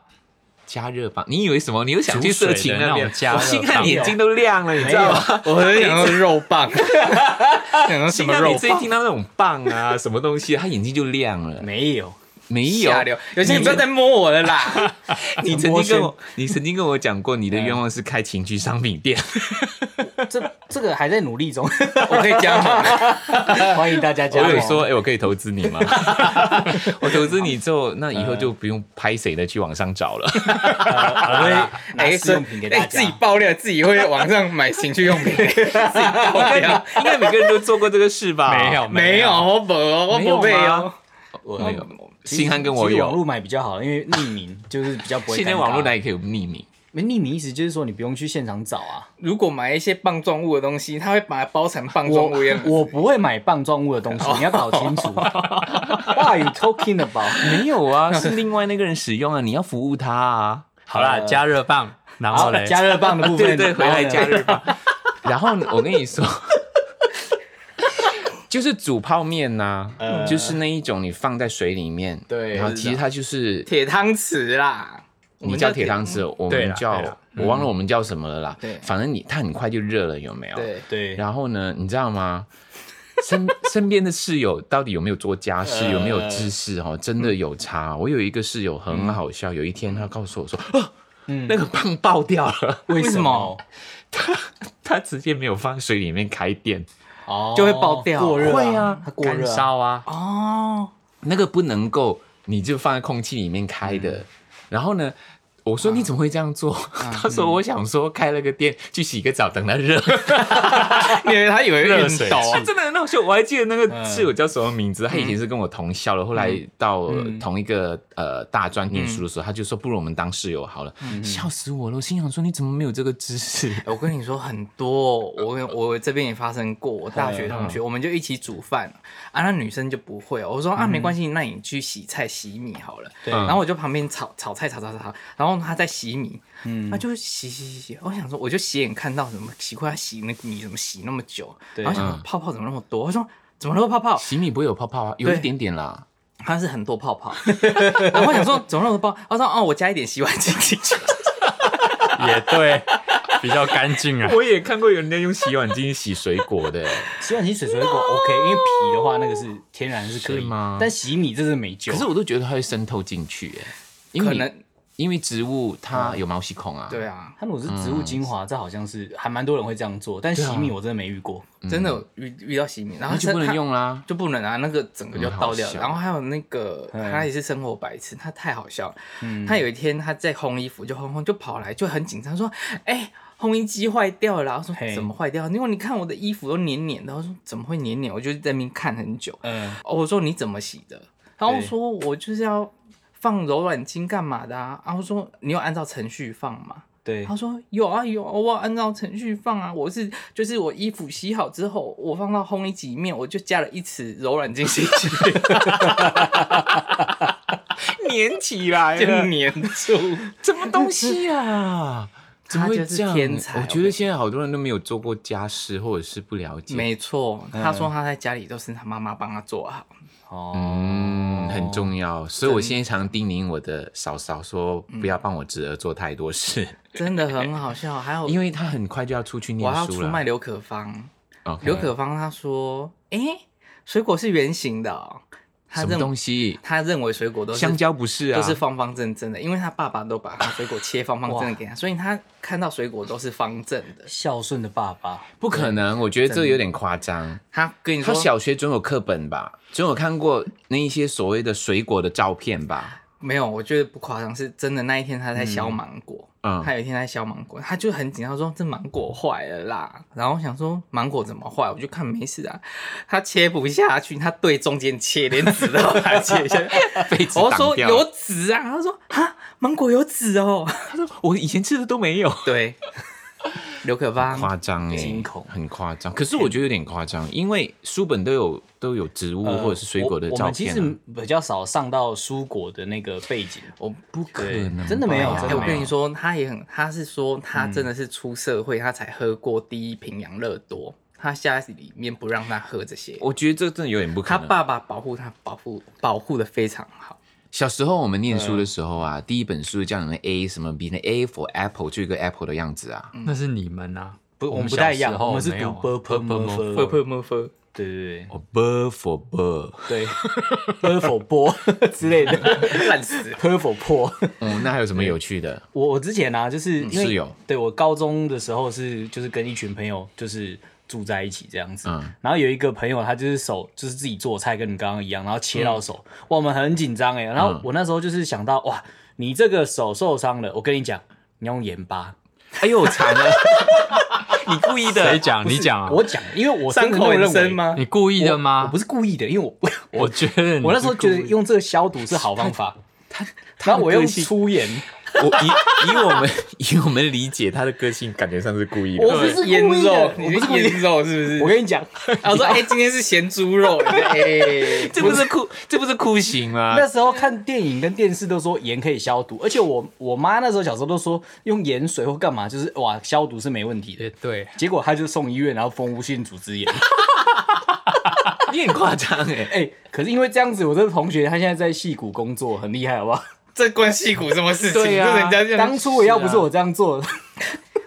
Speaker 3: 加热棒，你以为什么？你又想去色情那边
Speaker 5: 煮水的那种加？热
Speaker 3: 我
Speaker 5: 棒
Speaker 3: 心看你眼睛都亮了，你知道吗？
Speaker 4: (laughs)
Speaker 1: 我很想到肉棒，想到什么肉
Speaker 3: 心看你最近听到那种棒啊，什么东西，他眼睛就亮了。
Speaker 2: 没有，
Speaker 3: 没有
Speaker 4: 下，流？有些你不要再摸我了啦！
Speaker 3: (laughs) 你曾经跟我，你曾经跟我讲过，你的愿望是开情趣商品店。
Speaker 2: 这这个还在努力中，
Speaker 4: (laughs)
Speaker 2: (laughs)
Speaker 4: 我可以加 (laughs) 盟，
Speaker 2: 欢迎大家
Speaker 3: (laughs) 我
Speaker 2: 加
Speaker 3: 有
Speaker 2: 入。
Speaker 3: 说，哎、我可以投资你吗？我投资你之后，那以后就不用拍谁的去网上找了。 (laughs)
Speaker 2: 我会呃拿
Speaker 4: 哎，
Speaker 2: 试用品给大
Speaker 4: 哎自己
Speaker 2: 家。
Speaker 4: 爆料，自己会网上买情趣用品，自己
Speaker 3: (laughs)
Speaker 4: 爆料。
Speaker 3: 啊应该每个人都做过这个事吧？
Speaker 5: 没
Speaker 4: (laughs)
Speaker 5: 有
Speaker 4: 哦没有，，我不，我不
Speaker 3: 没
Speaker 4: 背
Speaker 3: 有
Speaker 4: 哦
Speaker 3: 吗。没有。星汉跟我
Speaker 2: 其实网
Speaker 3: 有，
Speaker 2: 络买比较好，因为匿名就是比较不会尴尬。
Speaker 3: (laughs) 现在网络哪里可以匿名？
Speaker 2: 没匿名意思就是说你不用去现场找啊。
Speaker 4: 如果买一些棒状物的东西，他会把它包成棒状
Speaker 2: 我
Speaker 4: 物一样。
Speaker 2: 我不会买棒状物的东
Speaker 3: (laughs)
Speaker 2: 西，你要搞清楚。What are you talking about？
Speaker 3: 没有啊，是另外那个人使用啊，你要服务他啊。
Speaker 5: 好啦，加热棒，然后嘞，
Speaker 2: 加热棒的部
Speaker 3: (laughs) 对
Speaker 2: 分，
Speaker 3: 对，回来
Speaker 2: 然
Speaker 3: 加
Speaker 2: 后呢
Speaker 3: 热吧。 (laughs) 然后呢我跟你说， (laughs) 就是煮泡面呐、就是那一种你放在水里面，
Speaker 4: 对
Speaker 3: 然后
Speaker 4: 我知
Speaker 3: 其实它就是
Speaker 4: 铁汤匙啦，我
Speaker 3: 你
Speaker 4: 们
Speaker 3: 叫铁汤匙，我
Speaker 5: 对
Speaker 3: 们
Speaker 5: 啦对
Speaker 3: 叫
Speaker 5: 啦
Speaker 3: 我忘了我们叫什么了啦
Speaker 4: 对，
Speaker 3: 反正你它很快就热了，有没有？
Speaker 4: 对，
Speaker 2: 对，
Speaker 3: 然后呢，你知道吗？身 (laughs) 身边的室友到底有没有做家事，有没有知识哦，真的有差。我有一个室友很好笑，有一天他告诉我说：“啊，那个棒爆掉了，
Speaker 2: 为什么？
Speaker 3: 他直接没有放水里面开电，
Speaker 2: 哦，
Speaker 4: 就会爆掉
Speaker 2: 过热
Speaker 3: 会啊
Speaker 2: 它过
Speaker 5: 干
Speaker 2: 热啊，
Speaker 5: 烧啊，
Speaker 4: 哦，
Speaker 3: 那个不能够你就放在空气里面开
Speaker 4: 嗯
Speaker 3: 的。然后呢，我
Speaker 4: 啊
Speaker 3: 说你怎么会这样做？ (laughs) 他说我想说开了个电去洗个澡，等它
Speaker 4: (laughs)
Speaker 3: 热。
Speaker 4: 哦
Speaker 3: 哦
Speaker 4: 因为他以为
Speaker 5: 热
Speaker 4: 运
Speaker 5: 水
Speaker 4: 动，
Speaker 3: 他真的很好笑，我还记得那个室友叫什么名字，
Speaker 4: 嗯
Speaker 3: 他以前是跟我同校的，后来到同一个呃大专念书的
Speaker 4: 嗯
Speaker 3: 时候，他就说不如我们当室友好了，笑死我了！我心想说你怎么没有这个知识？
Speaker 4: (laughs) 哎我跟你说很多、哦，我跟我这边也发生过，我大学同学，我们就一起煮饭啊，那女生就不会、哦，我说啊没关系，那你去洗菜洗米好了，
Speaker 3: 嗯
Speaker 2: 对
Speaker 4: 然后我就旁边炒炒菜炒炒炒，然后她在洗米，嗯，她就洗洗洗洗，我想说我就斜眼看到什么奇怪，她洗那个米怎么洗那么久，
Speaker 2: 对
Speaker 4: 然后想
Speaker 3: 嗯
Speaker 4: 说泡泡怎么那么多，我说怎么那么多泡泡，
Speaker 3: 洗米不会有泡泡啊，有一点点啦。 (laughs)
Speaker 4: 它是很多泡泡，然后我想说怎么那么多泡泡，她说哦我加一点洗碗精进去，
Speaker 5: 也对， (laughs) 比较干净啊。
Speaker 3: 我也看过有人家用洗碗巾洗水果
Speaker 4: (laughs)
Speaker 3: 的，
Speaker 2: 洗碗机水水果 OK，因为皮的话那个是天然是可以
Speaker 3: 是吗
Speaker 2: 但洗米这是没救。
Speaker 3: 可是我都觉得它会渗透进去，哎，因
Speaker 4: 可
Speaker 3: 为
Speaker 4: 能
Speaker 3: 你因为植物它有毛细孔啊，
Speaker 4: 嗯对啊，
Speaker 2: 它如果是植物精
Speaker 3: 嗯
Speaker 2: 华，这好像是还蛮多人会这样做，但
Speaker 3: 啊
Speaker 2: 洗米我真的没遇过。
Speaker 4: 真的有遇遇到洗米，然
Speaker 3: 嗯
Speaker 4: 后
Speaker 3: 那就不
Speaker 4: 她
Speaker 3: 能用啦。
Speaker 4: 就不能啊，那个整个就倒掉。
Speaker 3: 嗯好笑
Speaker 4: 然后还有那个
Speaker 2: 嗯
Speaker 4: 他也是生活白痴，他太好笑了。他有一天他在烘衣服，就烘烘就跑来就很紧张说：“哎、烘衣机坏掉了。”我说
Speaker 2: 嘿：“
Speaker 4: 怎么坏掉？因为你看我的衣服都黏黏的。”我说：“怎么会黏黏？”我就在那边看很久。
Speaker 2: 嗯，
Speaker 4: 哦，我说：“你怎么洗的？”然后我
Speaker 2: 对
Speaker 4: 说：“我就是要放柔软巾干嘛的啊？”然后我说：“你有按照程序放吗？”
Speaker 2: 对
Speaker 3: 嗯
Speaker 4: 他，说有啊有啊，我有按照程序放啊，我是就是我衣服洗好之后，我放到烘衣机里面，我就加了一匙柔软剂
Speaker 3: (laughs)
Speaker 4: 进去，
Speaker 3: 粘起来
Speaker 4: 就粘住。
Speaker 3: 什哎么东西啊？怎么会这样？
Speaker 4: 他就是天才
Speaker 3: 我觉得现在好多人都没有做过家事，或者是不了解。
Speaker 4: (laughs) 没错，他说他在家里都是他妈妈帮他做好，
Speaker 2: 哦，
Speaker 3: 嗯，很重要，所以我现在常叮咛我的嫂嫂说，不要帮我侄儿做太多事，
Speaker 4: 真的很好笑。还有
Speaker 3: 因为他很快就要出去
Speaker 4: 哦我
Speaker 3: 念
Speaker 4: 还要
Speaker 3: 书嗯
Speaker 4: 出
Speaker 3: 了
Speaker 4: 卖。刘可芳，
Speaker 3: OK
Speaker 4: 刘可芳他说，诶，水果是圆形的哦、他
Speaker 3: 什么
Speaker 4: 认
Speaker 3: 东西？
Speaker 4: 他认为水果都是
Speaker 3: 香蕉不是啊？
Speaker 4: 都是方方正正的，因为他爸爸都把他水果切方方正正给他，所以他看到水果都是方正的。
Speaker 2: 孝顺的爸爸，
Speaker 3: 不可能，我觉得这有点夸张。
Speaker 4: 他跟你
Speaker 3: 他
Speaker 4: 说，
Speaker 3: 小学总有课本吧，总有看过那一些所谓的水果的照片吧？
Speaker 4: 没有，我觉得不夸张，是真的。那一天他在削芒果，
Speaker 3: 嗯
Speaker 4: 他有一天在削芒果，他就很紧张说这芒果坏了啦。然后我想说芒果怎么坏，我就看没事啊，他切不下去，他对中间切，连籽都把它
Speaker 3: (laughs)
Speaker 4: 切下去。
Speaker 3: 被子
Speaker 4: 我
Speaker 3: 挡
Speaker 4: 说
Speaker 3: 掉
Speaker 4: 有籽
Speaker 3: (laughs)
Speaker 4: 啊，他说啊芒果有籽哦，
Speaker 3: 我以前吃的都没有。
Speaker 4: 对，刘可芳
Speaker 3: 夸张哎
Speaker 4: 惊恐，
Speaker 3: 很夸张。可是我觉得有点夸张，因为书本都有都有植物
Speaker 2: 呃
Speaker 3: 或者是水果的
Speaker 2: 我我
Speaker 3: 照
Speaker 2: 们其
Speaker 3: 片
Speaker 2: 实
Speaker 3: 啊，
Speaker 2: 比较少上到蔬果的那个背景，
Speaker 4: 我
Speaker 3: 不可能吧，
Speaker 2: 真的没有
Speaker 4: 哎、
Speaker 2: 真的
Speaker 4: 我
Speaker 2: 没
Speaker 4: 跟
Speaker 2: 有
Speaker 4: 你说，他也很，他是说他真
Speaker 3: 嗯
Speaker 4: 的是出社会，他才喝过第一瓶养乐多，他家里面不让他喝这些。
Speaker 3: 我觉得这真的有点不可
Speaker 4: 他
Speaker 3: 能。
Speaker 4: 爸爸保护他，保护保护的非常好。
Speaker 3: 小时候我们念书的时候啊，第一本书叫你们 A 什么 B 那 A for apple 就一个 apple 的样子
Speaker 4: 嗯
Speaker 3: 啊，
Speaker 5: 那是你们啊，
Speaker 2: 不是我们不
Speaker 5: 小
Speaker 2: 太一样
Speaker 5: 时候
Speaker 2: 我们是
Speaker 5: 没有
Speaker 2: 读 purple
Speaker 5: purple
Speaker 2: murphy
Speaker 4: 会会么分？
Speaker 2: 对对
Speaker 3: 哦 bird for bird，
Speaker 2: 对对 (laughs) ，purple 波 (laughs) 之类的 (laughs)
Speaker 4: 烂死！
Speaker 2: ，purple 破。
Speaker 4: 嗯
Speaker 3: 哦，那还有什么有趣的？
Speaker 2: 我我之前啊，就是
Speaker 5: 嗯
Speaker 2: 因为
Speaker 3: 是有
Speaker 2: 对我高中的时候是就是跟一群朋友就是住在一起这样子，
Speaker 3: 嗯 (laughs)
Speaker 2: 然后有一个朋友他就是手就是自己做菜跟你刚刚一样，然后切
Speaker 5: 嗯
Speaker 2: 到手，哇，我们很紧张哎，然后
Speaker 3: 嗯
Speaker 2: 我那时候就是想到哇，你这个手受伤了，我跟你讲，你要用盐巴，
Speaker 3: 哎呦惨
Speaker 5: (laughs)
Speaker 3: 了，你故意的？
Speaker 5: 谁讲？你讲啊？
Speaker 2: 我讲，因为我真
Speaker 4: 伤
Speaker 2: 的
Speaker 4: 口
Speaker 2: 那么
Speaker 4: 很
Speaker 2: 认为
Speaker 4: 深？吗？
Speaker 5: 你故意的
Speaker 2: 我
Speaker 5: 吗嗯
Speaker 2: 不？是故意的，因为我
Speaker 5: 我觉得你
Speaker 2: (laughs) 我那时候
Speaker 5: 是故
Speaker 2: 觉
Speaker 5: 意
Speaker 2: 得用这个消毒是好方法，然后我用粗盐，
Speaker 3: 我以以我们以我们理解他的个性，感觉上是故意的。
Speaker 2: 我不是
Speaker 4: 腌
Speaker 2: 故意的
Speaker 4: 肉，
Speaker 2: 我
Speaker 4: 你
Speaker 2: 不是故
Speaker 4: 是
Speaker 2: 意的
Speaker 4: 腌肉是不是？
Speaker 2: 我跟你讲，
Speaker 4: 啊我说，哎、今天是咸猪肉，哎、
Speaker 2: (laughs)
Speaker 3: 这不是酷，这不是酷刑吗？
Speaker 2: 那时候看电影跟电视都说盐可以消毒，而且我我妈那时候小时候都说用盐水或干嘛，就是哇消毒是没问题的
Speaker 5: 也。对，
Speaker 2: 结果她就送医院，然后封无性组织炎。
Speaker 3: 你很夸张哎！
Speaker 2: (laughs) 哎、可是因为这样子，我这个同学他现在在戏谷工作，很厉害，好不好？
Speaker 4: 这关戏骨什么事情？
Speaker 3: 对呀
Speaker 4: 这人家这样
Speaker 2: 当初我要不是我这样做，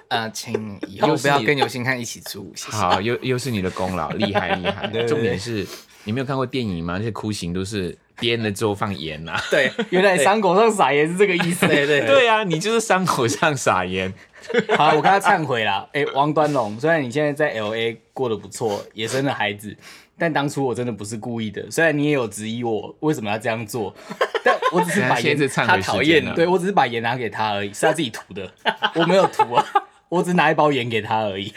Speaker 4: 呃，请以后不要跟有心汉一起住，谢谢。
Speaker 3: 好，又又是你的功 (laughs) 劳，厉害厉害
Speaker 2: 对对。对
Speaker 3: 重点是，你没有看过电影吗？那些酷刑都是编了之后放盐啊。
Speaker 4: 对
Speaker 2: 原来伤口上撒盐是这个意思。
Speaker 4: 对 (laughs) 对，
Speaker 3: 对啊，你就是伤口上撒盐。
Speaker 2: (laughs) 好，我跟他忏悔啦。哎、王端龙，虽然你现在在 L A 过得不错，也生了孩子，但当初我真的不是故意的。虽然你也有质疑我为什么要这样做， (laughs) 但我只是
Speaker 3: 现
Speaker 2: 把
Speaker 3: 在
Speaker 2: 盐
Speaker 3: 现在是忏悔
Speaker 4: 他讨
Speaker 3: 时
Speaker 4: 厌
Speaker 3: 间了。啊
Speaker 2: 对我只是把盐拿给他而已，是他自己涂的，我没有涂啊，我只拿一包盐给他而已，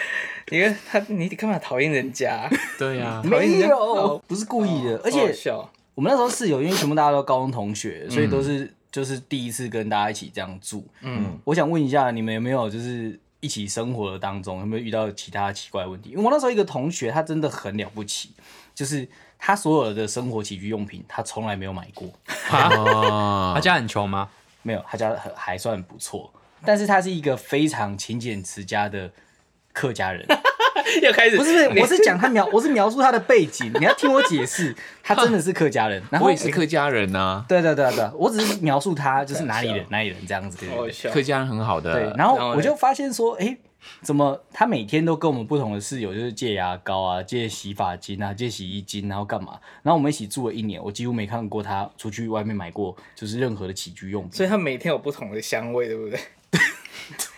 Speaker 4: 你看他，你干嘛讨厌人家？
Speaker 3: 对啊，
Speaker 4: 讨厌人家哦，
Speaker 2: 不是故意的。而
Speaker 4: 好好
Speaker 2: 且
Speaker 4: 笑，
Speaker 2: 我们那时候室友，因为全部大家都高中同学，所以都是就是第一次跟大家一起这样住。
Speaker 4: 嗯，
Speaker 2: 我想问一下，你们有没有就是一起生活的当中有没有遇到其他奇怪的问题？因为我那时候一个同学，他真的很了不起，就是他所有的生活起居用品，他从来没有买过。
Speaker 5: 啊他
Speaker 3: (laughs) 哦，
Speaker 5: 家很穷吗？
Speaker 2: 没有，他家很还算不错，但是他是一个非常勤俭持家的客家
Speaker 3: (laughs)
Speaker 2: 人。
Speaker 4: 又开始
Speaker 2: 不是不是，
Speaker 4: 你
Speaker 2: 我是讲他描，我是描述他的背景，你要听我解释。他真的是客家人，然后
Speaker 3: 我也是客家人啊呐，
Speaker 2: 对对对对，我只是描述他就是哪里人哪里人这样子。对
Speaker 4: 好好
Speaker 2: 对
Speaker 4: 笑，
Speaker 3: 客家人很好
Speaker 2: 对，
Speaker 3: 的。
Speaker 2: 然后
Speaker 4: 哦然后嘞
Speaker 2: 我就发现说，哎、怎么他每天都跟我们不同的室友，就是借牙膏啊、借洗发精啊、借洗衣精，然后干嘛？然后我们一起住了一年，我几乎没看过他出去外面买过就是任何的起居用
Speaker 4: 所
Speaker 2: 品。
Speaker 4: 以他每天有不同的香味，对不对？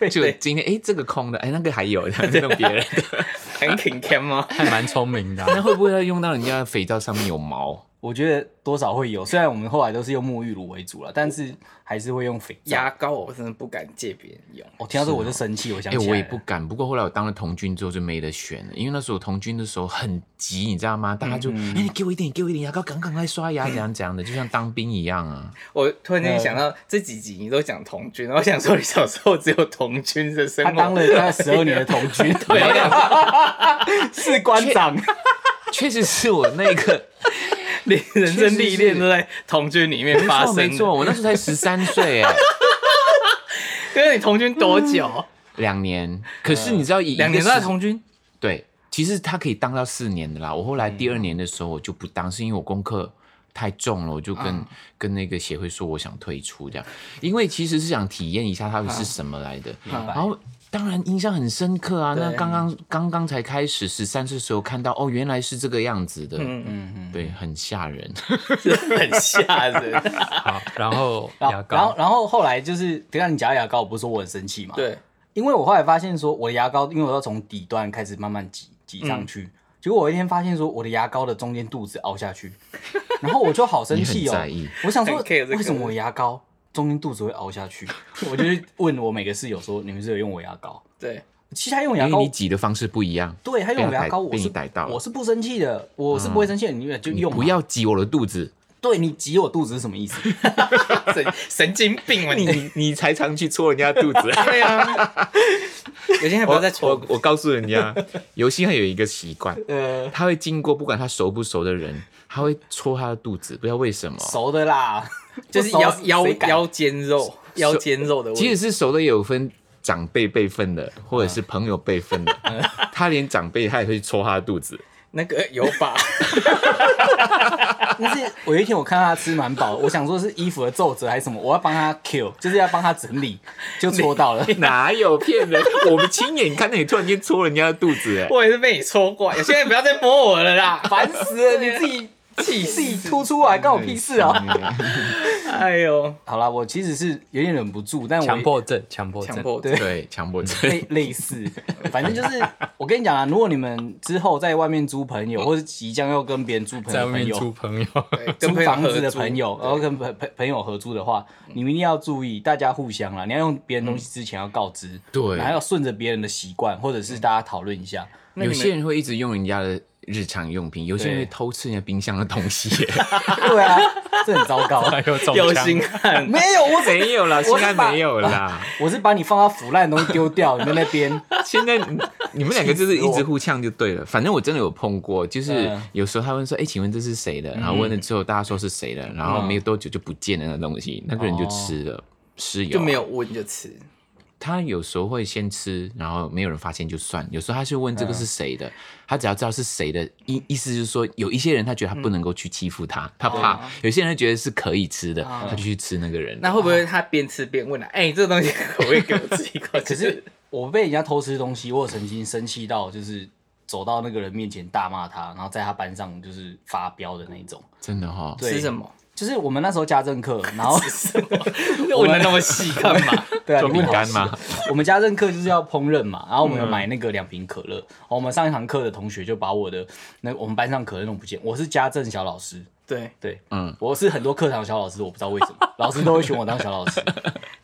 Speaker 3: 就今天，哎，这个空的，哎，那个还有，这样子弄别人的。
Speaker 4: 很挺天吗？
Speaker 5: 还蛮聪明的啊、
Speaker 3: (laughs) 那会不会要用到人家的肥皂上面有毛？ (laughs)
Speaker 2: 我觉得多少会有，虽然我们后来都是用沐浴乳为主了，但是还是会用肥皂。
Speaker 4: 牙膏我真的不敢借别人用，
Speaker 2: 我、听到这我就生气，我想
Speaker 3: 哎、
Speaker 2: 起来了、
Speaker 3: 我也不敢。不过后来我当了童军之后就没得选了，因为那时候我童军的时候很急，你知道吗？大家就哎、你给我一点，你给我一点牙膏，赶快赶快刷牙，怎样怎样的，就像当兵一样啊。
Speaker 4: 我突然间想到这几集你都讲童军，然后想说你小时候只有童军的生活，
Speaker 2: 他当了大概十二年的童军，对，士官长，
Speaker 3: 确实是我那 (laughs) 个
Speaker 4: 你人生历练都在童军里面发
Speaker 3: 没错
Speaker 4: 生的，
Speaker 3: 没错，
Speaker 4: (laughs)
Speaker 3: 我那时候才十三岁哎，
Speaker 4: 因为你童军多久？
Speaker 3: 两年。可是你知道以一
Speaker 4: 呃两年
Speaker 3: 个
Speaker 4: 都在
Speaker 3: 十
Speaker 4: 童军，嗯
Speaker 3: 对，其实他可以当到四年的啦。我后来第二年的时候我就不当，是因为我功课太重了，我就跟、
Speaker 4: 嗯
Speaker 3: 跟那个协会说我想退出这样，因为其实是想体验一下它
Speaker 4: 嗯
Speaker 3: 是什么来的。然后当然印象很深刻啊，那
Speaker 4: 对
Speaker 3: 刚刚刚刚才开始十三岁时候看到哦，原来是这个样子的，
Speaker 4: 嗯
Speaker 2: 嗯嗯。
Speaker 3: 对，很吓人。
Speaker 4: 很吓人。
Speaker 5: 好，然后
Speaker 2: 然
Speaker 5: 牙
Speaker 2: 后，然后
Speaker 5: 膏，
Speaker 2: 然后后来就是，等一下你讲到牙膏，我不是说我很生气嘛？，
Speaker 4: 对，
Speaker 2: 因为我后来发现说，我的牙膏，因为我要从底端开始慢慢挤挤上
Speaker 4: 嗯
Speaker 2: 去，结果我有一天发现说，我的牙膏的中间肚子凹下
Speaker 4: (laughs)
Speaker 2: 去，然后我就好生气
Speaker 3: 你
Speaker 2: 哦
Speaker 3: 很在意，
Speaker 2: 我想说
Speaker 4: 很 care 这个
Speaker 2: 为什么我牙膏中间肚子会凹下去？ (laughs) 我就去问我每个室友说，你们是有用我牙膏？
Speaker 4: 对，
Speaker 2: 其实他用
Speaker 3: 因
Speaker 2: 牙
Speaker 3: 为
Speaker 2: 膏
Speaker 3: 你，挤的方式不一样，
Speaker 2: 对他用我牙膏，
Speaker 3: 被
Speaker 2: 我
Speaker 3: 你
Speaker 2: 是
Speaker 3: 逮到了嗯
Speaker 2: 我是不生气的，我是不会生气的，你们就
Speaker 3: 你
Speaker 2: 用嘛
Speaker 3: 不要挤我的肚子。
Speaker 2: 对你挤我肚子是什么
Speaker 3: (laughs)
Speaker 2: 意思？
Speaker 4: 神神经病啊你！
Speaker 3: 你你才常去戳人家肚子。
Speaker 4: 对啊，有些还不要
Speaker 3: 我
Speaker 4: 再
Speaker 3: 我
Speaker 4: 抽，
Speaker 3: 我告诉人家， (laughs) 游戏还有一个习惯，
Speaker 2: 呃，
Speaker 3: 他会经过不管他熟不熟的人，他会戳他的肚子，不知道为什么。
Speaker 2: 熟的啦， (laughs)
Speaker 4: 就是
Speaker 2: 不熟
Speaker 4: 腰腰
Speaker 2: 谁敢
Speaker 4: 腰间肉，腰间肉的问
Speaker 3: 即
Speaker 4: 题。
Speaker 3: 使是熟的，也有分长辈辈分的，或者是朋友辈分的。他连长辈他也会戳他的肚子，
Speaker 4: 那个有把，
Speaker 2: 但是 (laughs) 我有一天我看他吃蛮饱的，我想说是衣服的皱褶还是什么，我要帮他 Q，就是要帮他整 (laughs) 理，就戳到了。！
Speaker 3: 哪有骗人？我们亲眼看到你突然间戳人家的肚子，哎，
Speaker 4: (laughs) 我也是被你戳过。有些人不要再摸我了啦
Speaker 2: 烦死了！你自己气 (laughs) 自己凸出来，关我屁事
Speaker 3: 嗯
Speaker 2: 啊！
Speaker 4: 哎呦，
Speaker 2: 好啦，我其实是有点忍不住，但我
Speaker 5: 强迫症，强迫症
Speaker 4: 强，迫症
Speaker 2: 对
Speaker 3: 对，强迫症。
Speaker 2: 类类似，反正就是我跟你讲啊，如果你们之后在外面租朋友，或是即将要跟别人租朋
Speaker 5: 在
Speaker 2: 友
Speaker 5: 外
Speaker 2: 朋
Speaker 5: 面
Speaker 2: 友
Speaker 5: 租朋友， (laughs)
Speaker 4: 对
Speaker 2: 租
Speaker 4: 跟朋友
Speaker 2: 房子
Speaker 4: 合
Speaker 2: 的
Speaker 4: 租
Speaker 2: 朋
Speaker 4: (laughs)
Speaker 2: 友，然后跟朋朋朋友合租的话，你们一定要注意，大家互相啦，你要用别人东西之前要告知，
Speaker 3: 对
Speaker 2: 然后要顺着别人的习惯，或者是大家讨论一下。
Speaker 4: 那你
Speaker 3: 有
Speaker 4: 们
Speaker 3: 些人会一直用人家的日常用品，有些人
Speaker 2: 对
Speaker 3: 会偷吃人家冰箱的东西。
Speaker 2: 对啊， (laughs) 这很糟
Speaker 4: (laughs)
Speaker 2: 糕。
Speaker 5: 还有中
Speaker 4: 有
Speaker 5: 枪，
Speaker 4: 心啊汉，
Speaker 2: 没有，我只
Speaker 3: 没有啦，
Speaker 2: 我
Speaker 3: 现
Speaker 2: 是
Speaker 3: 在
Speaker 2: 把
Speaker 3: 没有 (laughs) 啦。
Speaker 2: 我是把你放到腐烂的东西丢掉，你们那边。
Speaker 3: 现在你你们两个就是一直互呛就对了。反正我真的有碰过，就是
Speaker 2: 嗯
Speaker 3: 有时候他问说：“哎、请问这是谁的？”然后问了之后，大家说是谁的，然后没有多久就不见了那东西，那个人就吃了。尸油
Speaker 4: 就没有问就吃，
Speaker 3: 他有时候会先吃，然后没有人发现就算。有时候他是问这个是谁的，他只要知道是谁的，意意思就是说，有一些人他觉得他不能够去欺负他，他怕；有些人觉得是可以吃的，他就去吃那个人。
Speaker 4: (laughs) 那会不会他边吃边问啊？哎，这个东西 (laughs) 可不可以给我吃一口？
Speaker 2: 可是我被人家偷吃东西，我有曾经生气到就是走到那个人面前大骂他，然后在他班上就是发飙的那一种。
Speaker 3: 真的哈、哦，
Speaker 2: 对
Speaker 4: 吃什么？
Speaker 2: 就是我们那时候家政课，然后
Speaker 4: (laughs) 问的那么细干嘛？
Speaker 2: (laughs) 对啊，
Speaker 3: 做
Speaker 2: 你问
Speaker 3: 饼
Speaker 2: 好
Speaker 3: 干
Speaker 2: 细
Speaker 3: 吗？
Speaker 2: 我们家政课就是要烹饪嘛，然后我
Speaker 4: 嗯
Speaker 2: 们有买那个两瓶可乐。哦我们上一堂课的同学就把我的那我们班上可乐弄不见，我是家政小老师，
Speaker 4: (laughs) 对，
Speaker 2: 对
Speaker 3: 嗯，
Speaker 2: 我是很多课堂小老师，我不知道为什
Speaker 4: (laughs)
Speaker 2: 么老师都会选我当小老师，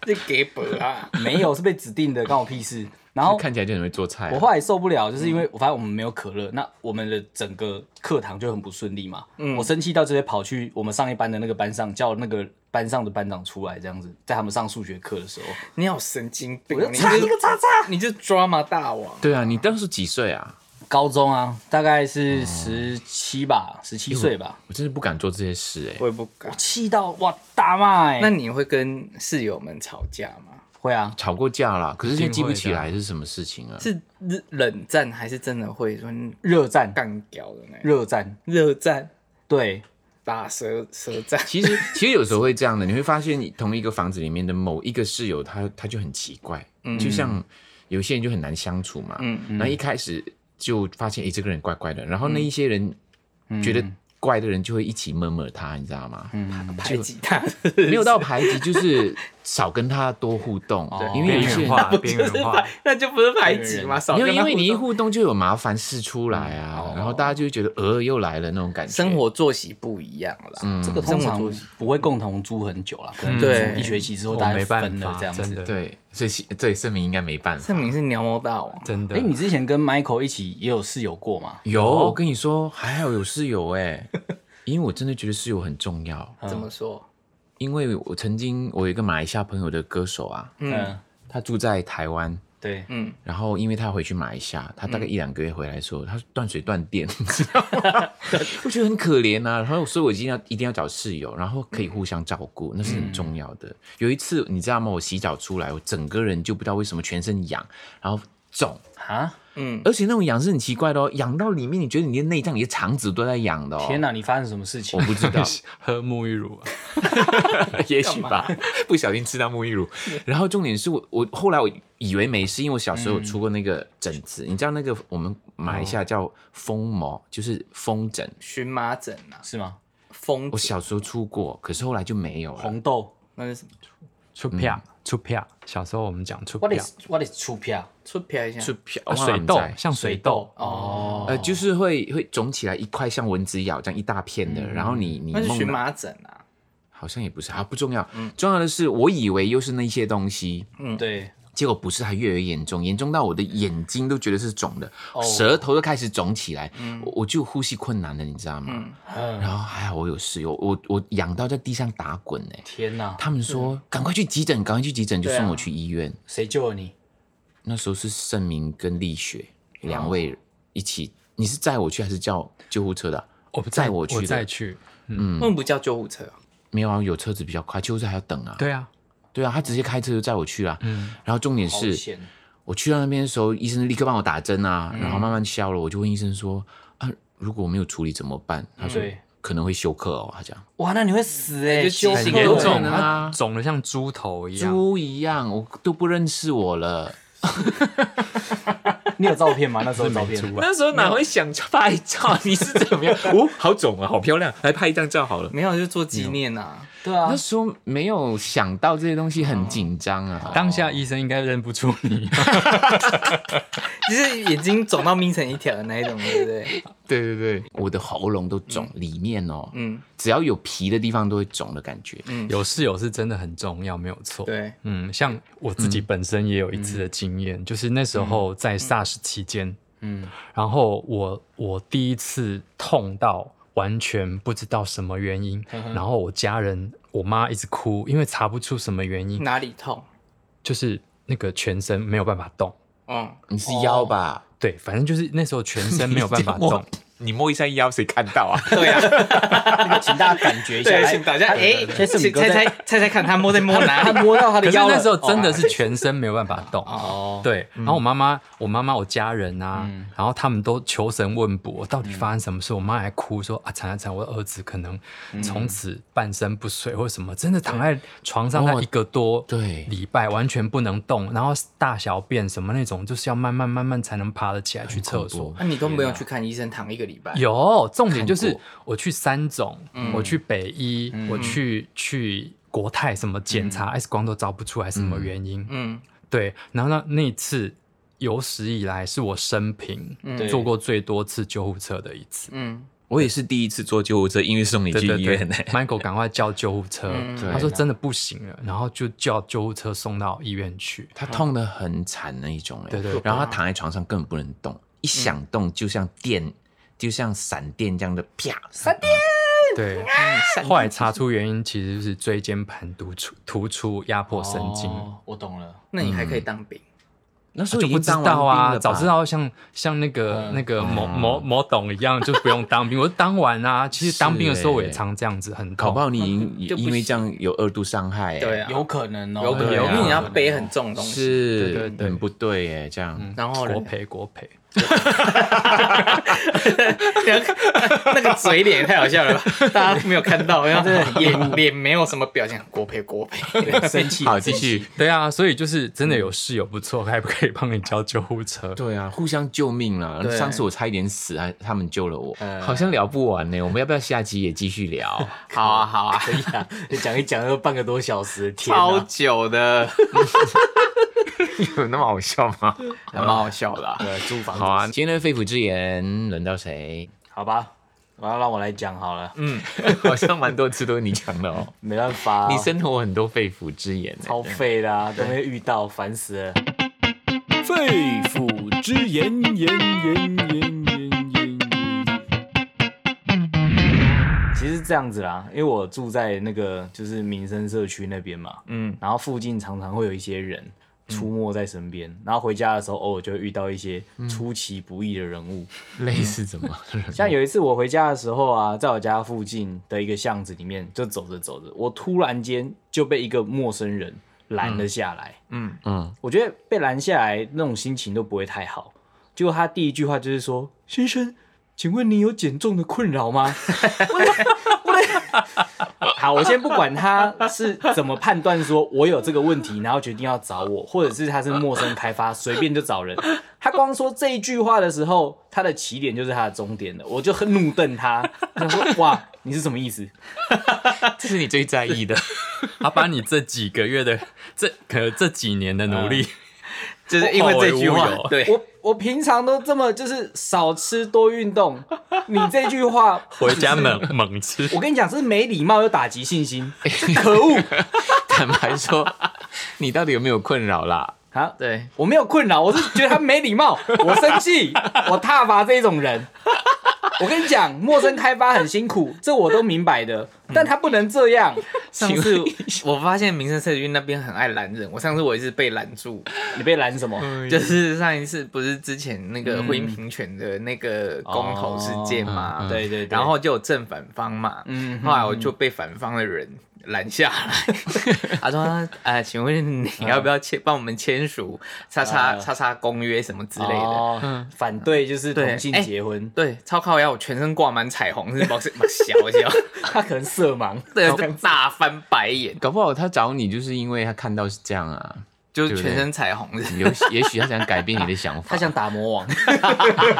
Speaker 4: 这给本啊！
Speaker 2: 没有是被指定的，关我屁
Speaker 4: (laughs)
Speaker 2: 事。然后
Speaker 3: 看起来就很会做菜、啊。
Speaker 2: 我后来受不了，就是因为
Speaker 4: 嗯
Speaker 2: 我发现我们没有可乐，那我们的整个课堂就很不顺利嘛。
Speaker 4: 嗯
Speaker 2: 我生气到直接跑去我们上一班的那个班上，叫那个班上的班长出来，这样子，在他们上数学课的
Speaker 4: (laughs)
Speaker 2: 时候，
Speaker 4: 你好神经病
Speaker 2: 我
Speaker 4: 哦！
Speaker 2: 就
Speaker 4: 你
Speaker 2: 插一
Speaker 4: 就
Speaker 2: 个叉叉。
Speaker 4: 你就 drama 大王，
Speaker 3: 对啊，你当时几岁啊？
Speaker 2: 高中啊，大概是十七吧，十七岁吧，
Speaker 3: 我真的不敢做这些事哎、
Speaker 4: 我也不敢。
Speaker 2: 气到哇大骂哎、
Speaker 4: 那你会跟室友们吵架吗？
Speaker 2: 会啊，
Speaker 3: 吵过架啦，可是现在记不起
Speaker 5: 一
Speaker 3: 来是什么事情了。
Speaker 4: 是 (laughs) 冷冷战还是真的会说你
Speaker 2: 热战，
Speaker 4: 干掉的那种？
Speaker 2: 热战，
Speaker 4: 热战
Speaker 2: 对，
Speaker 4: 打蛇蛇战，
Speaker 3: 其实，其实有时候会这样的，你会发现你同一个房子里面的某一个室友他，他就很奇怪，就像有些人就很难相处嘛。
Speaker 4: 嗯
Speaker 3: 然后一开始就发现，诶，这个人怪怪的，然后那一些人觉得怪的人就会一起闷闷他，你知道吗？
Speaker 4: 排挤他，
Speaker 3: 没有到排挤，就是少跟他多互动，因为
Speaker 5: 边
Speaker 3: 有些人
Speaker 5: 缘化，边
Speaker 4: 就是
Speaker 5: 缘化
Speaker 4: (laughs) 排，，那就不是排挤嘛？少
Speaker 3: 没有，
Speaker 4: 跟他
Speaker 3: 因为
Speaker 4: 互
Speaker 3: 你一
Speaker 4: 动嗯哦
Speaker 3: 互动就有麻烦事出来啊，然后大家就会觉得呃又来了那种感觉。
Speaker 4: 生活作息不一样啦。
Speaker 2: 这个通常不会共同租很久啦，可能
Speaker 4: 对
Speaker 2: 租一学期之后
Speaker 5: 我
Speaker 2: 大
Speaker 5: 哦没
Speaker 2: 家
Speaker 5: 办
Speaker 2: 分了
Speaker 5: 法，
Speaker 2: 这样
Speaker 5: 真
Speaker 2: 子。
Speaker 5: 的，
Speaker 3: 对，所以其对盛明应该没办法。
Speaker 4: 证明是牛魔大王，
Speaker 5: 真的
Speaker 2: 哎、，你之前跟 Michael 一起也有室友过吗？
Speaker 3: 有，
Speaker 4: 哦
Speaker 3: 我跟你说，还好有室友
Speaker 4: (laughs)
Speaker 3: 哎、因为我真的觉得室友很重要。
Speaker 4: 怎么说？
Speaker 3: 因为我曾经我有一个马来西亚朋友的歌手啊，
Speaker 4: 嗯
Speaker 2: 嗯，
Speaker 3: 他住在台湾，
Speaker 2: 对，
Speaker 4: 嗯，
Speaker 3: 然后因为他回去马来西亚，他大概一两个月回来的时候，他断水断电，你知道吗我觉得很可怜啊。然后所以我一定要一定要找室友，然后可以互相照顾，那是很重要的。有一次你知道吗？我洗澡出来，我整个人就不知道为什么全身痒，然后肿，
Speaker 2: 啊，
Speaker 4: 嗯
Speaker 3: 而且那种痒是很奇怪的哦，痒到里面你觉得你的内脏、你的肠子都在痒的哦。
Speaker 2: 天哪，你发生什么事情
Speaker 3: 我？不知道，
Speaker 5: 喝沐浴乳啊，
Speaker 3: (laughs) 也许吧，不小心吃到沐浴乳。然后重点是我，我后来我以为没事，因为我小时候有出过那个疹子，你知道那个我们马来西亚叫风毛，就是风疹。
Speaker 4: 荨麻疹啊，
Speaker 2: (laughs) 是吗？
Speaker 4: 风
Speaker 3: 我
Speaker 4: 疹
Speaker 3: 小时候出过，可是后来就没有了。
Speaker 2: 红豆
Speaker 4: 那是什么？
Speaker 5: 出票出票，小时候我们讲出
Speaker 2: ，What
Speaker 5: 票，
Speaker 2: is What is 出票？
Speaker 4: 出飘一下，
Speaker 3: 是漂
Speaker 5: 啊水痘像水痘，
Speaker 2: 哦，
Speaker 3: 呃，就是会会肿起来一块，像蚊子咬这样一大片的。然后你你
Speaker 4: 那是
Speaker 3: 梦
Speaker 4: 荨
Speaker 3: 到
Speaker 4: 麻疹啊。
Speaker 3: 好像也不是，啊不重要。重要的是，我以为又是那些东西，
Speaker 2: 对，
Speaker 3: 结果不是，还越来越严重，严重到我的眼睛都觉得是肿的，
Speaker 2: 哦
Speaker 3: 舌头都开始肿起来，
Speaker 2: 嗯
Speaker 3: 我我就呼吸困难了，你知道吗？然后还好我有室友，我我痒到在地上打滚呢、
Speaker 2: 天哪，
Speaker 3: 他们说赶快去急诊，赶快去急诊，就
Speaker 2: 对啊
Speaker 3: 送我去医院。
Speaker 2: 谁救了你？
Speaker 3: 那时候是盛明跟丽雪
Speaker 2: 哦
Speaker 3: 两位一起，你是载我去还是叫救护车的啊？
Speaker 5: 我
Speaker 3: 载我去的
Speaker 5: 再去。
Speaker 4: 为什么不叫救护车啊？
Speaker 3: 没有啊，有车子比较快，救护车还要等啊。
Speaker 5: 对啊，
Speaker 3: 对啊，他直接开车就载我去啊。然后重点
Speaker 2: 嗯好
Speaker 3: 是
Speaker 2: 险，
Speaker 3: 我去到那边的时候，医生立刻帮我打针啊，然后慢慢消了。我就问医生说啊，如果我没有处理怎么办？他说
Speaker 2: 对
Speaker 3: 可能会休克哦，他讲。
Speaker 2: 哇，那你会死哎、
Speaker 4: 就
Speaker 2: 救
Speaker 4: 很
Speaker 2: 不
Speaker 4: 严
Speaker 2: 了
Speaker 4: 重
Speaker 2: 欸
Speaker 3: 啊
Speaker 5: 它肿的像猪头一样。
Speaker 3: 猪一样，我都不认识我了。
Speaker 2: 你有照片吗？那时候照片
Speaker 5: 是没出
Speaker 3: 那时候哪会想拍照？你是怎么样？哦，好肿啊，好漂亮，来拍一张照好了。
Speaker 4: 没有，就做纪念啊。
Speaker 2: 对啊
Speaker 3: 那，时候没有想到这些东西，很紧张啊。
Speaker 5: 哦当下医生应该认不出你，
Speaker 4: 就是眼睛肿到眯成一条的那一种，对不对？
Speaker 3: 对对对，我的喉咙都肿，里面哦，
Speaker 4: 嗯，
Speaker 3: 只要有皮的地方都会肿的感觉。
Speaker 5: 有室友是真的很重要，没有错。
Speaker 4: 对，
Speaker 5: 嗯，像我自己本身也有一次的经验，就是那时候在 SARS 期间，嗯，然后我我第一次痛到完全不知道什么原因，然后我家人我妈一直哭，因为查不出什么原因，
Speaker 4: 哪里痛？
Speaker 5: 就是那个全身没有办法动，
Speaker 4: 嗯，
Speaker 3: 你是腰吧？
Speaker 5: 对，反正就是那时候全身没有办法动，
Speaker 3: 你摸一下腰，谁看到啊？
Speaker 4: 对啊，
Speaker 2: 请大家感觉一下，
Speaker 4: (laughs) 对，
Speaker 2: 哎
Speaker 4: 请大家哎，
Speaker 2: 这是你
Speaker 4: 请
Speaker 2: 哥
Speaker 4: 猜
Speaker 2: 在
Speaker 4: 猜猜猜看，他摸在摸哪
Speaker 2: 他
Speaker 4: 里？
Speaker 2: 摸到他的
Speaker 5: 可是
Speaker 2: 腰了。
Speaker 5: 那时候真
Speaker 4: 哦
Speaker 5: 的是全身没有办法动。
Speaker 2: 哦，
Speaker 5: 对，然后我妈妈、我妈妈、我家人啊，然后他们都求神问卜，到底发生什么事？我妈还哭说啊，惨啊惨，我儿子可能从此半身不遂或什么，真的躺在床上
Speaker 3: 哦
Speaker 5: 那一个多
Speaker 3: 对
Speaker 5: 礼拜完全不能动，然后大小便什么那种，就是要慢慢慢慢才能爬得起来去厕所。
Speaker 4: 那你都没有去看医生，躺一个礼拜。
Speaker 5: 有重点就是
Speaker 3: 过
Speaker 5: 我去三种，我去北医，我去去国泰什么检查 X 光都照不出来什么原因，
Speaker 4: 嗯，
Speaker 5: 对，然后那那一次有史以来是我生平
Speaker 2: 对
Speaker 5: 坐过最多次救护车的一次。
Speaker 4: 嗯，
Speaker 3: 我也是第一次坐救护车，因为送你去医院呢、
Speaker 5: Michael 赶快叫救护车，
Speaker 3: 对啊
Speaker 5: 他说真的不行了，然后就叫救护车送到医院去。
Speaker 3: 他痛得很惨那一种哎、
Speaker 5: 对对对
Speaker 3: 然后他躺在床上根本不能动，一想动就像电，就像闪电这样的啪，闪电。
Speaker 5: (laughs) 对，后来查出原因其实是椎间盘突出突出压迫神经。
Speaker 2: 哦我懂了。
Speaker 4: 那你还可以当兵。
Speaker 3: 那时候
Speaker 5: 就
Speaker 3: 已
Speaker 5: 不
Speaker 3: 经
Speaker 5: 知
Speaker 3: 当
Speaker 5: 道
Speaker 3: 完兵
Speaker 5: 啊，
Speaker 3: 了吧嗯
Speaker 5: 早知。道像像那个、那个某某某董一样，就不用当兵。我就当完啊，其实当兵的时候我也
Speaker 3: 是欸
Speaker 5: 常这样子，很
Speaker 3: 搞
Speaker 5: 痛
Speaker 3: 不。好你因
Speaker 4: 就不
Speaker 3: 因为这样有二度伤害、欸，
Speaker 4: 对啊，
Speaker 2: 有可能哦，
Speaker 4: 有可能，
Speaker 3: 对
Speaker 4: 因
Speaker 3: 啊
Speaker 4: 为你要背很重的东西。
Speaker 3: 是
Speaker 5: 对对对
Speaker 3: 很不对哎、这样、
Speaker 4: 然后呢
Speaker 5: 国赔国赔，
Speaker 4: (laughs) 那个嘴脸也太好笑了吧？大家没有看到，然后脸脸没有什么表情，国赔国赔。
Speaker 2: 对生气。
Speaker 3: 好继续。
Speaker 5: 对啊，所以就是真的有
Speaker 6: 嗯
Speaker 5: 室友不错，还不可以帮你叫救护
Speaker 6: (laughs)
Speaker 5: 车。
Speaker 3: 对啊，互相救命了。
Speaker 4: 对
Speaker 3: 上次我差一点死，还他们救了我，好像聊不完呢、欸我们要不要下集也继续聊？
Speaker 4: (laughs) 好啊，好啊，
Speaker 2: 可以啊，你 (laughs) 讲一讲都半个多小时，天
Speaker 4: 超
Speaker 2: 啊！
Speaker 4: 久的，
Speaker 3: 有那么好笑吗？
Speaker 4: 还蛮好笑的啊。
Speaker 2: 呃，租房
Speaker 3: 好啊，今天的肺腑之言轮到谁？
Speaker 2: 好吧，我要让我来讲好了，
Speaker 3: 好像蛮多次都是你讲的哦。
Speaker 2: 没办法、
Speaker 3: 你生活很多肺腑之言欸呢、
Speaker 2: 超废的啊，都没遇到，烦死了。
Speaker 6: 肺腑之言，言言言言言言。
Speaker 2: 其实是这样子啦，因为我住在那个就是民生社区那边嘛，嗯，然后附近常常会有一些人出没在身边，然后回家的时候偶尔就会遇到一些出其不意的人物。
Speaker 3: 类似怎么？
Speaker 2: 像有一次我回家的时候啊，在我家附近的一个巷子里面，就走着走着，我突然间就被一个陌生人拦了下来。
Speaker 4: 嗯
Speaker 3: 嗯，
Speaker 2: 我觉得被拦下来那种心情都不会太好。结果他第一句话就是说：“先生，请问你有减重的困扰吗？” (laughs) 我的我的好，我先不管他是怎么判断说我有这个问题，然后决定要找我，或者是他是陌生开发，随便就找人。他光说这一句话的时候，他的起点就是他的终点了，我就很怒瞪他，我想说：“哇，你是什么意思？”
Speaker 3: 这是你最在
Speaker 2: (laughs)
Speaker 3: 意的。
Speaker 5: 他把你这几个月的这可能这几年的努力，
Speaker 6: 嗯
Speaker 4: 就是因为这句
Speaker 5: 后
Speaker 4: 话
Speaker 5: 为乌有，
Speaker 4: 对，
Speaker 2: 我我平常都这么就是少吃多运动，你这句话
Speaker 5: 回家猛
Speaker 6: (laughs)
Speaker 5: 猛吃。
Speaker 6: 哦
Speaker 2: 我跟你讲，是没礼貌又打 (laughs) 击信心，可恶！
Speaker 3: 坦白说，你到底有没有困扰啦？
Speaker 2: 好，
Speaker 4: 对，
Speaker 2: 我没有困扰，我是觉得他没礼 (laughs) 貌，我生气，我挞伐这种人。我跟你讲，陌生开发很辛苦，这我都明白的，但他不能这样。
Speaker 4: 上次我发现民生社区那边很爱拦人，我上次我也是被拦住，
Speaker 2: 你被拦什么？
Speaker 4: 就是上一次不是之前那
Speaker 2: 嗯
Speaker 4: 个婚姻平权的那个公投事件嘛，
Speaker 3: 哦嗯嗯
Speaker 2: 对对对，
Speaker 4: 然后就有正反方嘛，
Speaker 2: 嗯
Speaker 4: 后来我就被反方的人拦下
Speaker 2: (laughs)
Speaker 4: 来，他说：“呃，请问你要不要签帮我们签署叉叉
Speaker 2: 嗯
Speaker 4: 叉叉公约什么之类的
Speaker 2: 哦反对哎就是同性结婚？”，
Speaker 4: 对，超靠腰，我全身挂满彩虹，是
Speaker 2: (laughs)
Speaker 4: 把是把小小，
Speaker 2: 他可能色盲。
Speaker 4: 对，就大翻白眼，
Speaker 3: 搞不好他找你就是因为他看到是这样啊，
Speaker 4: 就是
Speaker 3: 对不对
Speaker 4: 全身彩虹的。
Speaker 3: 有 (laughs) 也许他想改变你的想法，
Speaker 2: 他想打魔王，
Speaker 4: (laughs)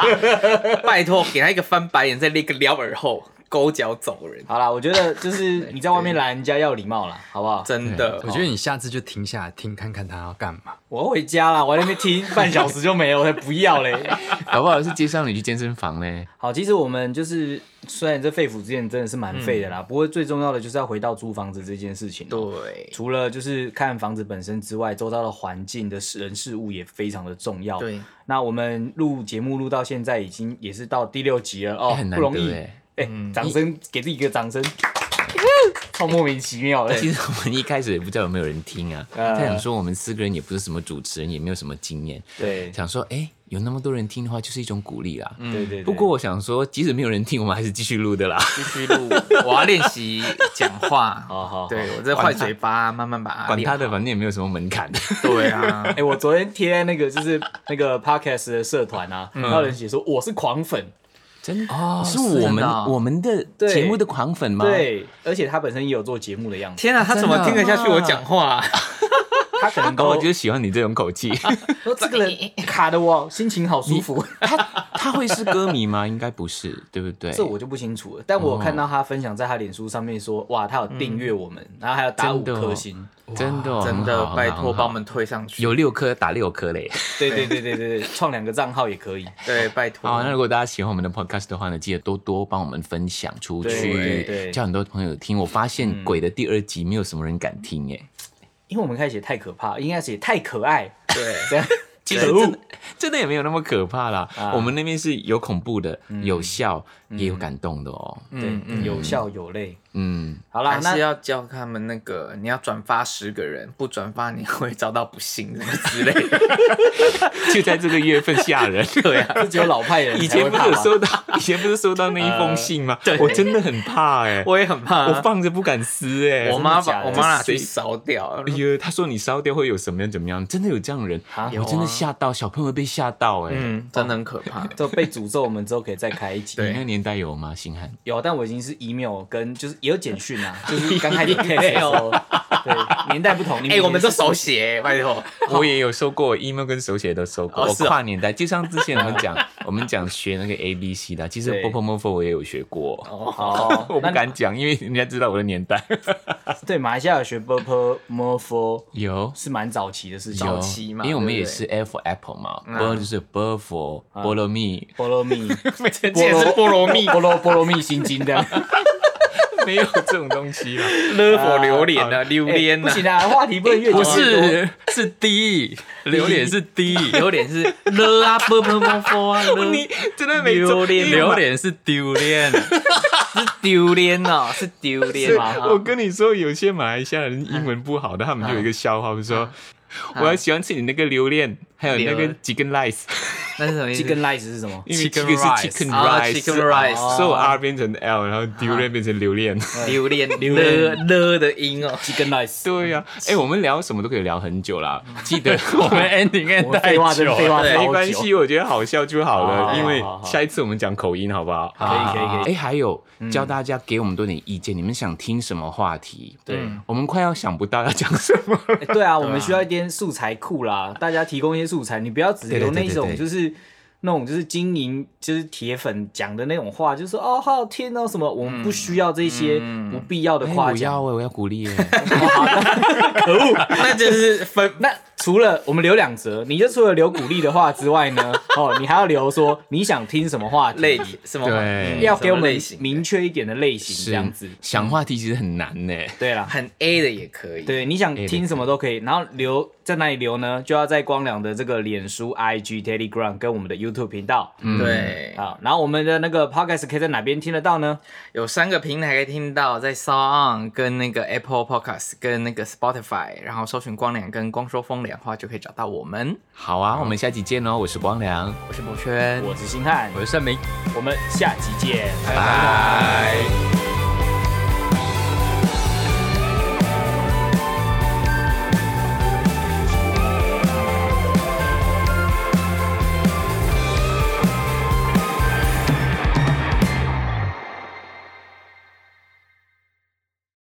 Speaker 4: 拜托，给他一个翻白眼，再立个撩耳后，勾脚走人，
Speaker 2: 好啦，我觉得就是你在外面拦人家要有礼貌啦，好不好？
Speaker 4: 真的
Speaker 5: 我。觉得你下次就停下来听，看看他要干
Speaker 6: (laughs)
Speaker 5: 嘛。
Speaker 2: 我要回家啦，我在那边听半小时就没有，我才不要嘞。
Speaker 3: (laughs) 搞不好是介绍你去健身房嘞。
Speaker 2: 好，其实我们就是虽然这肺腑之言真的是蛮
Speaker 3: 嗯
Speaker 2: 废的啦，不过最重要的就是要回到租房子这件事情。，啊
Speaker 4: 对
Speaker 2: 除了就是看房子本身之外，周遭的环境的事人事物也非常的重要。，
Speaker 4: 对，
Speaker 2: 那我们录节目录到现在已经也是到第六集了哦，
Speaker 3: 哎很难
Speaker 2: 不容易
Speaker 3: 得哎。
Speaker 2: 哎、掌声给自己一个掌声，
Speaker 3: (laughs)
Speaker 2: 超莫名其妙的。
Speaker 3: 其实我们一开始也不知道有没有人
Speaker 2: (laughs)
Speaker 3: 听啊，
Speaker 2: 呃
Speaker 3: 他想说我们四个人也不是什么主持人，也没有什么经验，
Speaker 2: 对
Speaker 3: 想说哎、有那么多人听的话就是一种鼓励啦。
Speaker 2: 对对嗯对。
Speaker 3: 嗯不过我想说，即使没有人听，我们还是继续录的啦。
Speaker 4: 继续录，我要练习讲话。
Speaker 2: 好好好
Speaker 4: 对我这坏嘴巴，慢慢把它
Speaker 3: 管他
Speaker 4: 练
Speaker 3: 的，反正也没有什么门槛。
Speaker 4: 好。对啊，
Speaker 2: 哎、我昨天贴在那个就是那个 podcast 的社团啊，
Speaker 3: 嗯
Speaker 2: 然后有人写说我是狂粉，
Speaker 3: 真哦，是
Speaker 4: 是
Speaker 3: 我们
Speaker 4: 真的哦
Speaker 3: 我们的
Speaker 2: 对
Speaker 3: 节目的狂粉吗？，
Speaker 2: 对，而且他本身也有做节目的样子，
Speaker 4: 天啊，他怎么听得下去我讲话啊？
Speaker 2: 他可能
Speaker 3: 搞
Speaker 2: 都
Speaker 3: 不好就是喜欢你这种口气。
Speaker 2: 说这个人卡的我心情好舒服，
Speaker 3: 他 (laughs) 他会是歌迷吗？应该不是，对不对？
Speaker 2: 这我就不清楚了。但我有看到他分享在他脸书上面说，哇，他有订阅我们，然后还有打五
Speaker 3: 真的哦
Speaker 2: 颗星，
Speaker 3: 真的哦
Speaker 4: 真
Speaker 3: 很
Speaker 4: 的
Speaker 3: 好，
Speaker 4: 拜
Speaker 3: 很好
Speaker 4: 托帮我们推上去。
Speaker 3: 有六颗打六颗嘞。
Speaker 2: 对对对对对对，创两个账号也可以。
Speaker 4: 对，拜托。
Speaker 3: 好，那如果大家喜欢我们的 podcast 的话呢，记得多多帮我们分享出去，
Speaker 2: 对对对
Speaker 3: 叫很多朋友听。我发现鬼的第二集没有什么人敢听耶，
Speaker 2: 因为我们开始也太可怕，应该是也太可爱，
Speaker 4: 对，
Speaker 2: 这样
Speaker 3: 其
Speaker 2: 可
Speaker 3: 实
Speaker 2: 恶
Speaker 3: 真的真的也没有那么可怕啦。我们那边是有恐怖的，有笑，也有感动的哦。
Speaker 2: 对，有笑有泪。
Speaker 3: 嗯，
Speaker 2: 好啦，
Speaker 4: 还
Speaker 2: 那
Speaker 4: 是要教他们那个，你要转发十个人，不转发你会遭到不幸什么之类的。
Speaker 3: 就在这个月份吓人。 (laughs) 对啊。
Speaker 2: 这只有老派人
Speaker 3: 以
Speaker 2: 才
Speaker 3: 前
Speaker 2: 会
Speaker 3: 不
Speaker 2: 怕
Speaker 3: 是有
Speaker 2: 吧。
Speaker 3: 收到，以前不是收到那一封信吗？我真的很怕哎、
Speaker 4: 呃 (laughs) 我也很怕
Speaker 3: 我放着不敢撕哎、
Speaker 4: 我妈
Speaker 2: 真的假
Speaker 4: 把
Speaker 2: 的
Speaker 4: 我妈拿
Speaker 3: 这谁
Speaker 4: 去烧掉
Speaker 3: 哎。呦，他说你烧掉会有什么样怎么样？真的有这样的人，我真的吓到，小朋友被吓到哎、
Speaker 4: 啊嗯，真的很可怕。
Speaker 2: 就被诅咒，我们之后可以再开一集。
Speaker 3: 你那个年代有吗？星汉，
Speaker 2: 有，但我已经是 email 跟就是也有简讯啊，就是刚开始 case 的时候，对年代不同。
Speaker 4: 哎，我们
Speaker 2: 都
Speaker 4: 都手写，拜托。
Speaker 3: 我也有收过 email 跟手写都收过。
Speaker 4: 哦
Speaker 3: 我
Speaker 4: 是哦
Speaker 3: 跨年代，就像之前我们讲，我们讲学那个 A B C 的，其实
Speaker 2: 对
Speaker 3: b o p o m o f o 我也有学过。
Speaker 2: 哦，
Speaker 3: 我不
Speaker 2: 那
Speaker 3: 敢讲，因为人家知道我的年
Speaker 4: (laughs)
Speaker 3: 代。
Speaker 2: 对马来西亚有学 b u r p l e m o r p h
Speaker 3: 有
Speaker 2: o 是蛮早期的事情。
Speaker 3: 有
Speaker 4: 期嘛
Speaker 3: 因为我们
Speaker 4: 对不嗯
Speaker 3: 也
Speaker 4: 对
Speaker 3: 是 F Apple 嘛，B 就是 B for Follow Me，
Speaker 2: Follow me，
Speaker 4: 每次
Speaker 2: 菠萝菠萝蜜，菠萝菠萝蜜心经这样。
Speaker 3: (laughs) 没有这种东西啦。
Speaker 4: 勒佛榴莲啊，榴
Speaker 2: 哎
Speaker 4: 莲
Speaker 2: 不
Speaker 4: 啊，
Speaker 2: 行啊，话题不能越讲
Speaker 5: 不
Speaker 2: 越多
Speaker 5: 是，是低，榴莲是低，
Speaker 4: 榴莲是了啊，不不不不啊，
Speaker 3: (laughs)
Speaker 4: (laughs)
Speaker 3: 你
Speaker 4: 了
Speaker 3: 真的没
Speaker 4: 榴
Speaker 3: 做
Speaker 4: 莲
Speaker 5: 榴莲是
Speaker 4: (laughs)
Speaker 5: 丢脸。
Speaker 4: 丢脸哦，是丢脸
Speaker 3: 对
Speaker 4: 嘛。
Speaker 3: 我跟你说，有些马来西亚人英文不好的，他们就有一个笑话，就说我要喜欢吃你那个啊榴莲，还有那个
Speaker 4: 榴
Speaker 3: chicken rice，
Speaker 4: 那是什么意思？
Speaker 2: Chicken rice 是什么？
Speaker 3: 因为
Speaker 5: Chicken
Speaker 3: 这个是
Speaker 5: rice
Speaker 3: chicken
Speaker 4: 啊
Speaker 3: rice，啊
Speaker 4: chicken rice
Speaker 3: 所以我 R 变成 L，然后榴莲变成榴莲。
Speaker 4: 呃榴莲了了的音 (laughs) 哦，
Speaker 2: Chicken rice，
Speaker 3: (laughs) 对呀，哎，我们聊什么都可以聊很久啦，记得我
Speaker 6: 啊
Speaker 5: 我们 ending
Speaker 2: 我
Speaker 5: end
Speaker 2: 们
Speaker 5: 太
Speaker 2: 废话
Speaker 5: 久
Speaker 2: 真
Speaker 5: 了
Speaker 2: 废话
Speaker 4: 对
Speaker 3: 没
Speaker 2: 超
Speaker 3: 关
Speaker 2: 久。
Speaker 3: 系，我觉得好笑就好
Speaker 2: 好好
Speaker 3: 了，因为
Speaker 2: 好好
Speaker 3: 下一次我们讲口音好不好？
Speaker 2: 可以可以可以。嗯
Speaker 3: 哎，还有教大家给我们多点意见，你们想听什么话题？
Speaker 2: 对
Speaker 3: 嗯，我们快要想不到要讲什
Speaker 2: (laughs)
Speaker 3: 么。
Speaker 2: 欸对啊，我们需要一点素材库啦，大家提供一些素材，你不要只留
Speaker 3: 对对对
Speaker 2: 那
Speaker 3: 对
Speaker 2: 种
Speaker 3: 对
Speaker 2: 就是那种就是经营就是铁粉讲的那种话，就是哦好好听哦什么，我们不需要这些不必要的
Speaker 3: 哎
Speaker 2: 夸
Speaker 3: 我要
Speaker 2: 奖。
Speaker 3: 哎，我要鼓励耶。
Speaker 4: 那就是分
Speaker 2: 那除了我们留两折，你就除了留鼓励的话之外呢，哦，你还要留说你想听什么话题，
Speaker 4: 类什么
Speaker 3: 对
Speaker 2: 要给我
Speaker 4: 什么
Speaker 2: 们
Speaker 4: 类型的
Speaker 2: 明确一点的类型，
Speaker 3: 是
Speaker 2: (laughs) 这样子。
Speaker 3: 想话题其实很难呢。
Speaker 2: 对啦，
Speaker 4: 很 A 的也可以，，
Speaker 2: 对，你想听什么都可以，然后留在哪里留呢？就要在光良的这个脸书、IG、Telegram 跟我们的 YouTube 频道
Speaker 4: 对，
Speaker 2: 啊，然后我们的那个 Podcast 可以在哪边听得到呢？
Speaker 4: 有三个平台可以听到，在 s o n 跟那个 Apple Podcast 跟那个 Spotify，然后搜寻光良跟光说风凉话就可以找到我们。
Speaker 3: 好啊，我们下期见哦。我是光良，
Speaker 4: 我是博轩，
Speaker 2: 我是星汉，
Speaker 5: 我是盛明。
Speaker 2: 我们下集见。
Speaker 3: 拜。